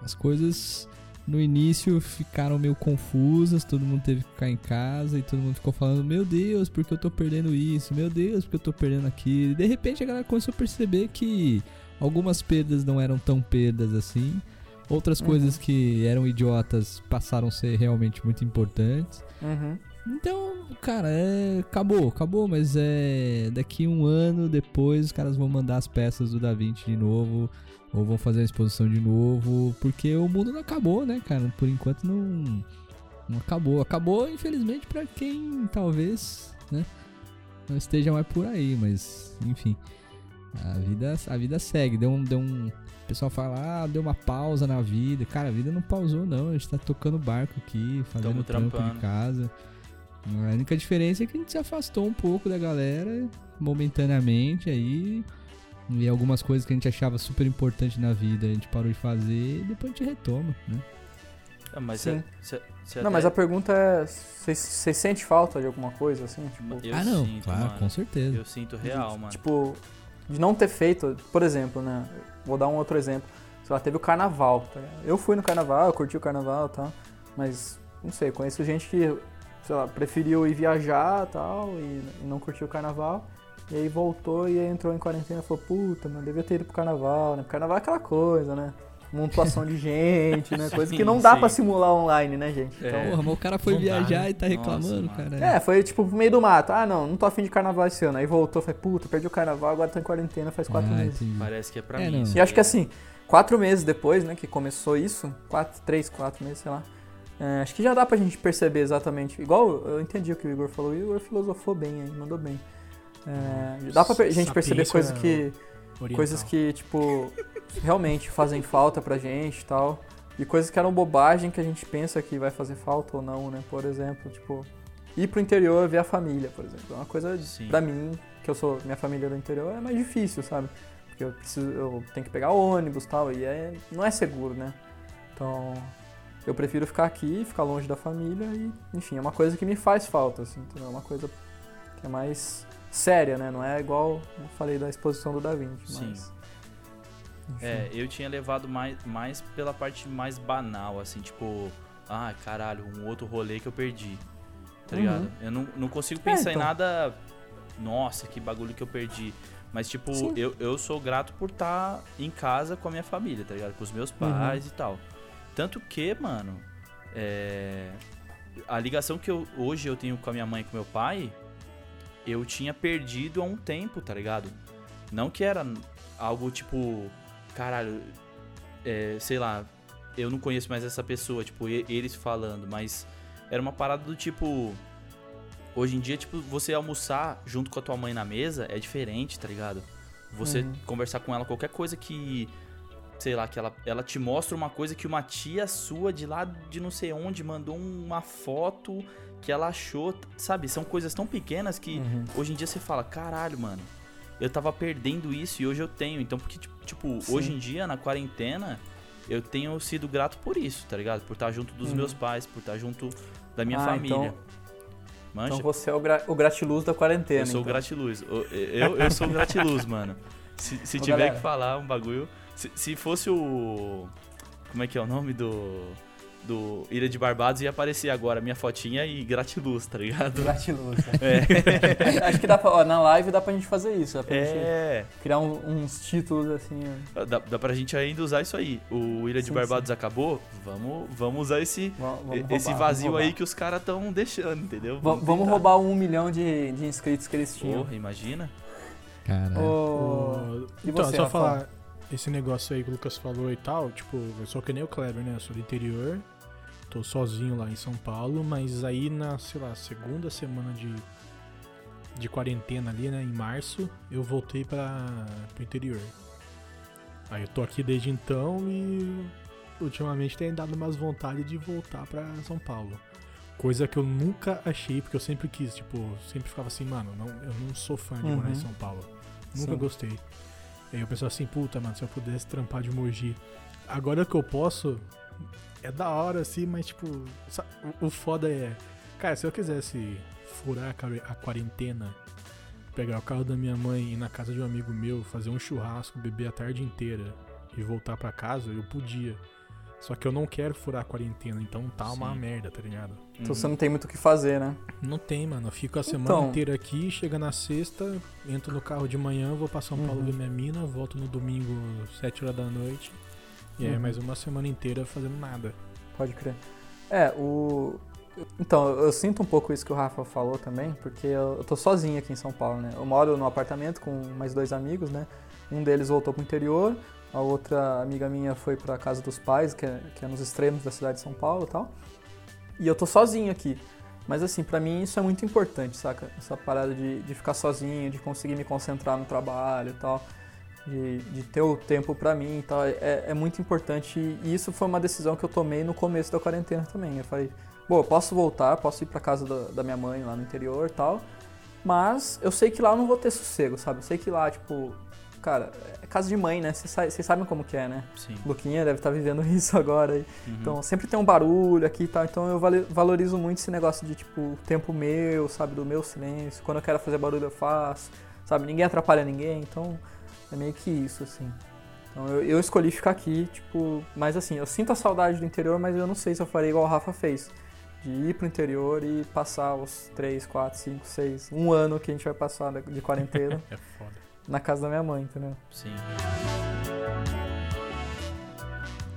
[SPEAKER 5] as coisas no início ficaram meio confusas, todo mundo teve que ficar em casa e todo mundo ficou falando: Meu Deus, porque eu tô perdendo isso? Meu Deus, porque eu tô perdendo aquilo? E de repente a galera começou a perceber que algumas perdas não eram tão perdas assim. Outras
[SPEAKER 4] Uhum.
[SPEAKER 5] coisas que eram idiotas passaram a ser realmente muito importantes.
[SPEAKER 4] Uhum.
[SPEAKER 5] Então, cara, é... acabou, acabou, mas é daqui um ano depois os caras vão mandar as peças do Da Vinci de novo, ou vão fazer a exposição de novo, porque o mundo não acabou, né, cara? Por enquanto não, não acabou. Acabou, infelizmente, pra quem talvez, né, não esteja mais por aí, mas enfim. A vida, a vida segue, deu um, deu um. O pessoal fala, ah, deu uma pausa na vida. Cara, a vida não pausou, não. A gente tá tocando barco aqui, fazendo
[SPEAKER 1] Tamo
[SPEAKER 5] trampo de
[SPEAKER 1] trampando.
[SPEAKER 5] casa. A única diferença é que a gente se afastou um pouco da galera momentaneamente aí. E algumas coisas que a gente achava super importante na vida, a gente parou de fazer e depois a gente retoma, né?
[SPEAKER 1] Ah, mas
[SPEAKER 4] Sim.
[SPEAKER 1] é- cê- cê
[SPEAKER 4] Não,
[SPEAKER 1] até-
[SPEAKER 4] mas a pergunta é: vocês- vocês sentem falta de alguma coisa, assim? Tipo,
[SPEAKER 1] Eu
[SPEAKER 5] ah, não,
[SPEAKER 1] sinto,
[SPEAKER 5] claro,
[SPEAKER 1] mano.
[SPEAKER 5] com certeza.
[SPEAKER 1] Eu sinto real, mano.
[SPEAKER 4] Tipo, de não ter feito, por exemplo, né? Vou dar um outro exemplo. Sei lá, teve o carnaval. tá ligado? Eu fui no carnaval, eu curti o carnaval e tal. Mas, não sei, conheço gente que, sei lá, preferiu ir viajar tal, e e não curtiu o carnaval. E aí voltou e aí entrou em quarentena e falou, puta, mano, devia ter ido pro carnaval, né? Porque Carnaval é aquela coisa, né? Montuação de gente, né? Coisa que
[SPEAKER 1] Sim,
[SPEAKER 4] não dá
[SPEAKER 1] sim.
[SPEAKER 4] pra simular online, né, gente?
[SPEAKER 1] É.
[SPEAKER 4] Então,
[SPEAKER 5] Porra, mas o cara foi
[SPEAKER 2] Não dá,
[SPEAKER 5] viajar
[SPEAKER 2] né?
[SPEAKER 5] e tá
[SPEAKER 1] Nossa,
[SPEAKER 5] reclamando,
[SPEAKER 1] mano.
[SPEAKER 5] cara.
[SPEAKER 4] é, foi tipo pro meio do mato. Ah, não, não tô afim de carnaval esse ano. Aí voltou, falei, puta, perdi o carnaval, agora tô em quarentena faz quatro
[SPEAKER 5] Ah,
[SPEAKER 4] meses.
[SPEAKER 5] entendi.
[SPEAKER 1] Parece que é pra
[SPEAKER 5] É,
[SPEAKER 1] mim.
[SPEAKER 5] não.
[SPEAKER 1] isso
[SPEAKER 4] E acho
[SPEAKER 1] aí.
[SPEAKER 4] que assim, quatro meses depois, né, que começou isso, quatro, três, quatro meses, sei lá, é, acho que já dá pra gente perceber exatamente. Igual eu entendi o que o Igor falou, o Igor filosofou bem aí, mandou bem. É, dá pra per- gente perceber
[SPEAKER 2] Sapiência
[SPEAKER 4] coisas que,
[SPEAKER 2] Oriental.
[SPEAKER 4] coisas que, tipo, realmente fazem falta pra gente e tal. E coisas que eram bobagem que a gente pensa que vai fazer falta ou não, né? Por exemplo, tipo, ir pro interior ver a família, por exemplo. É uma coisa
[SPEAKER 1] Sim.
[SPEAKER 4] Pra mim, que eu sou minha família é do interior, é mais difícil, sabe? Porque eu preciso, eu tenho que pegar ônibus e tal, e é, não é seguro, né? Então, eu prefiro ficar aqui, ficar longe da família e, enfim, é uma coisa que me faz falta, assim, entendeu? É uma coisa que é mais séria, né? Não é igual, eu falei da exposição do Da Vinci,
[SPEAKER 1] Sim.
[SPEAKER 4] mas... enfim.
[SPEAKER 1] É, eu tinha levado mais, mais pela parte mais banal, assim, tipo, ah, caralho, um outro rolê que eu perdi. Tá
[SPEAKER 4] Uhum.
[SPEAKER 1] ligado? Eu não, não consigo pensar em
[SPEAKER 4] então.
[SPEAKER 1] nada. Nossa, que bagulho que eu perdi. Mas, tipo,
[SPEAKER 4] Sim.
[SPEAKER 1] eu, eu sou grato por estar em casa com a minha família, tá ligado? Com os meus pais e tal. Tanto que, mano, é, a ligação que eu, hoje eu tenho com a minha mãe e com meu pai, eu tinha perdido há um tempo, tá ligado? Não que era algo tipo, caralho, é, sei lá, eu não conheço mais essa pessoa, tipo, e- eles falando, mas era uma parada do tipo. Hoje em dia, tipo, você almoçar junto com a tua mãe na mesa é diferente, tá ligado? Você
[SPEAKER 4] Uhum.
[SPEAKER 1] conversar com ela qualquer coisa que. Sei lá, que ela, ela te mostra uma coisa que uma tia sua de lá de não sei onde mandou uma foto que ela achou, sabe? São coisas tão pequenas que
[SPEAKER 4] Uhum.
[SPEAKER 1] hoje em dia você fala, caralho, mano, eu tava perdendo isso e hoje eu tenho. Então, porque, tipo, tipo,
[SPEAKER 4] Sim.
[SPEAKER 1] hoje em dia, na quarentena, eu tenho sido grato por isso, tá ligado? Por estar junto dos
[SPEAKER 4] Uhum.
[SPEAKER 1] meus pais, por estar junto da minha
[SPEAKER 4] Ah,
[SPEAKER 1] família.
[SPEAKER 4] então-
[SPEAKER 1] Manja?
[SPEAKER 4] Então você é o, gra- o gratiluz da quarentena.
[SPEAKER 1] eu sou o
[SPEAKER 4] então.
[SPEAKER 1] gratiluz. Eu, eu, eu sou o gratiluz, mano. Se, se
[SPEAKER 4] Ô,
[SPEAKER 1] tiver
[SPEAKER 4] galera.
[SPEAKER 1] que falar um bagulho. Se, se fosse o. Como é que é o nome do. Do Ilha de Barbados ia aparecer agora minha fotinha e gratiluz, tá ligado?
[SPEAKER 4] Gratiluz. né? Acho que dá pra, ó, na live dá pra gente fazer isso. Dá pra gente
[SPEAKER 1] É.
[SPEAKER 4] criar um- uns títulos assim. ó.
[SPEAKER 1] Ah, Dá, dá pra gente ainda usar isso aí. O Ilha de
[SPEAKER 4] Sim,
[SPEAKER 1] Barbados acabou? Vamos, vamos usar esse,
[SPEAKER 4] Vamos, vamos roubar,
[SPEAKER 1] esse
[SPEAKER 4] vamos
[SPEAKER 1] vazio
[SPEAKER 4] roubar.
[SPEAKER 1] aí que os caras estão deixando, entendeu?
[SPEAKER 4] Va- Vamos,
[SPEAKER 1] tentar.
[SPEAKER 4] roubar um milhão de, de inscritos que eles tinham.
[SPEAKER 1] Porra, imagina.
[SPEAKER 5] Cara,
[SPEAKER 4] Ô, E
[SPEAKER 2] Então,
[SPEAKER 4] você,
[SPEAKER 2] só
[SPEAKER 4] Rafa?
[SPEAKER 2] falar esse negócio aí que o Lucas falou e tal, tipo, eu sou que nem o Kleber, né? Eu sou do interior, tô sozinho lá em São Paulo, mas aí na, sei lá, segunda semana de, de quarentena ali, né? Em março, eu voltei pra, pro interior. Aí eu tô aqui desde então e ultimamente tem dado umas vontades de voltar pra São Paulo. Coisa que eu nunca achei, porque eu sempre quis, tipo, sempre ficava assim, mano, não, eu não sou fã de morar em
[SPEAKER 4] Uhum.
[SPEAKER 2] São Paulo. Nunca
[SPEAKER 4] Sim.
[SPEAKER 2] gostei. Aí eu pensava assim, puta, mano, se eu pudesse trampar de Mogi. Agora que eu posso, é da hora, assim, mas, tipo, sa- o- o foda é. Cara, se eu quisesse furar a quare- a quarentena, pegar o carro da minha mãe e ir na casa de um amigo meu, fazer um churrasco, beber a tarde inteira e voltar pra casa, eu podia. Só que eu não quero furar a quarentena, então tá uma
[SPEAKER 1] Sim.
[SPEAKER 2] merda, tá ligado?
[SPEAKER 4] Então você
[SPEAKER 1] Uhum.
[SPEAKER 4] não tem muito o que fazer, né?
[SPEAKER 2] Não tem, mano. Eu fico a semana
[SPEAKER 4] Então.
[SPEAKER 2] inteira aqui, chega na sexta, entro no carro de manhã, vou pra São Paulo
[SPEAKER 4] Uhum.
[SPEAKER 2] ver minha mina, volto no domingo, sete horas da noite. E aí, é
[SPEAKER 4] Uhum.
[SPEAKER 2] mais uma semana inteira fazendo nada.
[SPEAKER 4] Pode crer. É, o. Então, eu sinto um pouco isso que o Rafa falou também, porque eu, eu tô sozinho aqui em São Paulo, né? Eu moro num apartamento com mais dois amigos, né? Um deles voltou pro interior, a outra amiga minha foi pra casa dos pais, que é, que é nos extremos da cidade de São Paulo e tal. E eu tô sozinho aqui. Mas assim, pra mim isso é muito importante, saca? Essa parada de, de ficar sozinho, de conseguir me concentrar no trabalho e tal. de, de ter o tempo pra mim e tal, é, é muito importante. E isso foi uma decisão que eu tomei no começo da quarentena também. Eu falei, bom, eu posso voltar, posso ir pra casa da, da minha mãe lá no interior e tal, mas eu sei que lá eu não vou ter sossego, sabe? Eu sei que lá, tipo, cara, é casa de mãe, né? Vocês sa- vocês sabem como que é, né?
[SPEAKER 1] Sim.
[SPEAKER 4] Luquinha deve estar vivendo isso agora aí.
[SPEAKER 1] Uhum.
[SPEAKER 4] Então sempre tem um barulho aqui e tal, então eu vale- valorizo muito esse negócio de tipo o tempo meu, sabe, do meu silêncio. Quando eu quero fazer barulho eu faço, sabe, ninguém atrapalha ninguém, então é meio que isso assim. Então eu, eu escolhi ficar aqui, tipo, mas assim, eu sinto a saudade do interior, mas eu não sei se eu farei igual o Rafa fez. De ir pro interior e passar os 3, 4, 5, 6, um ano que a gente vai passar da- de quarentena
[SPEAKER 2] É foda.
[SPEAKER 4] na casa da minha mãe, entendeu?
[SPEAKER 1] Sim.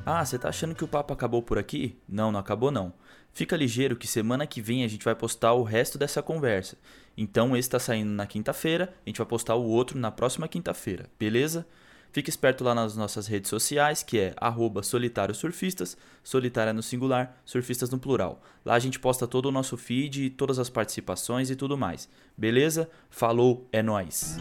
[SPEAKER 1] Ah, você tá achando que o papo acabou por aqui? Não, não acabou não. Fica ligeiro que semana que vem a gente vai postar o resto dessa conversa. Então esse tá saindo na quinta-feira, a gente vai postar o outro na próxima quinta-feira, beleza? Fica esperto lá nas nossas redes sociais, que é arroba solitário surfistas, solitária no singular, surfistas no plural. Lá a gente posta todo o nosso feed, todas as participações e tudo mais. Beleza? Falou, é nóis!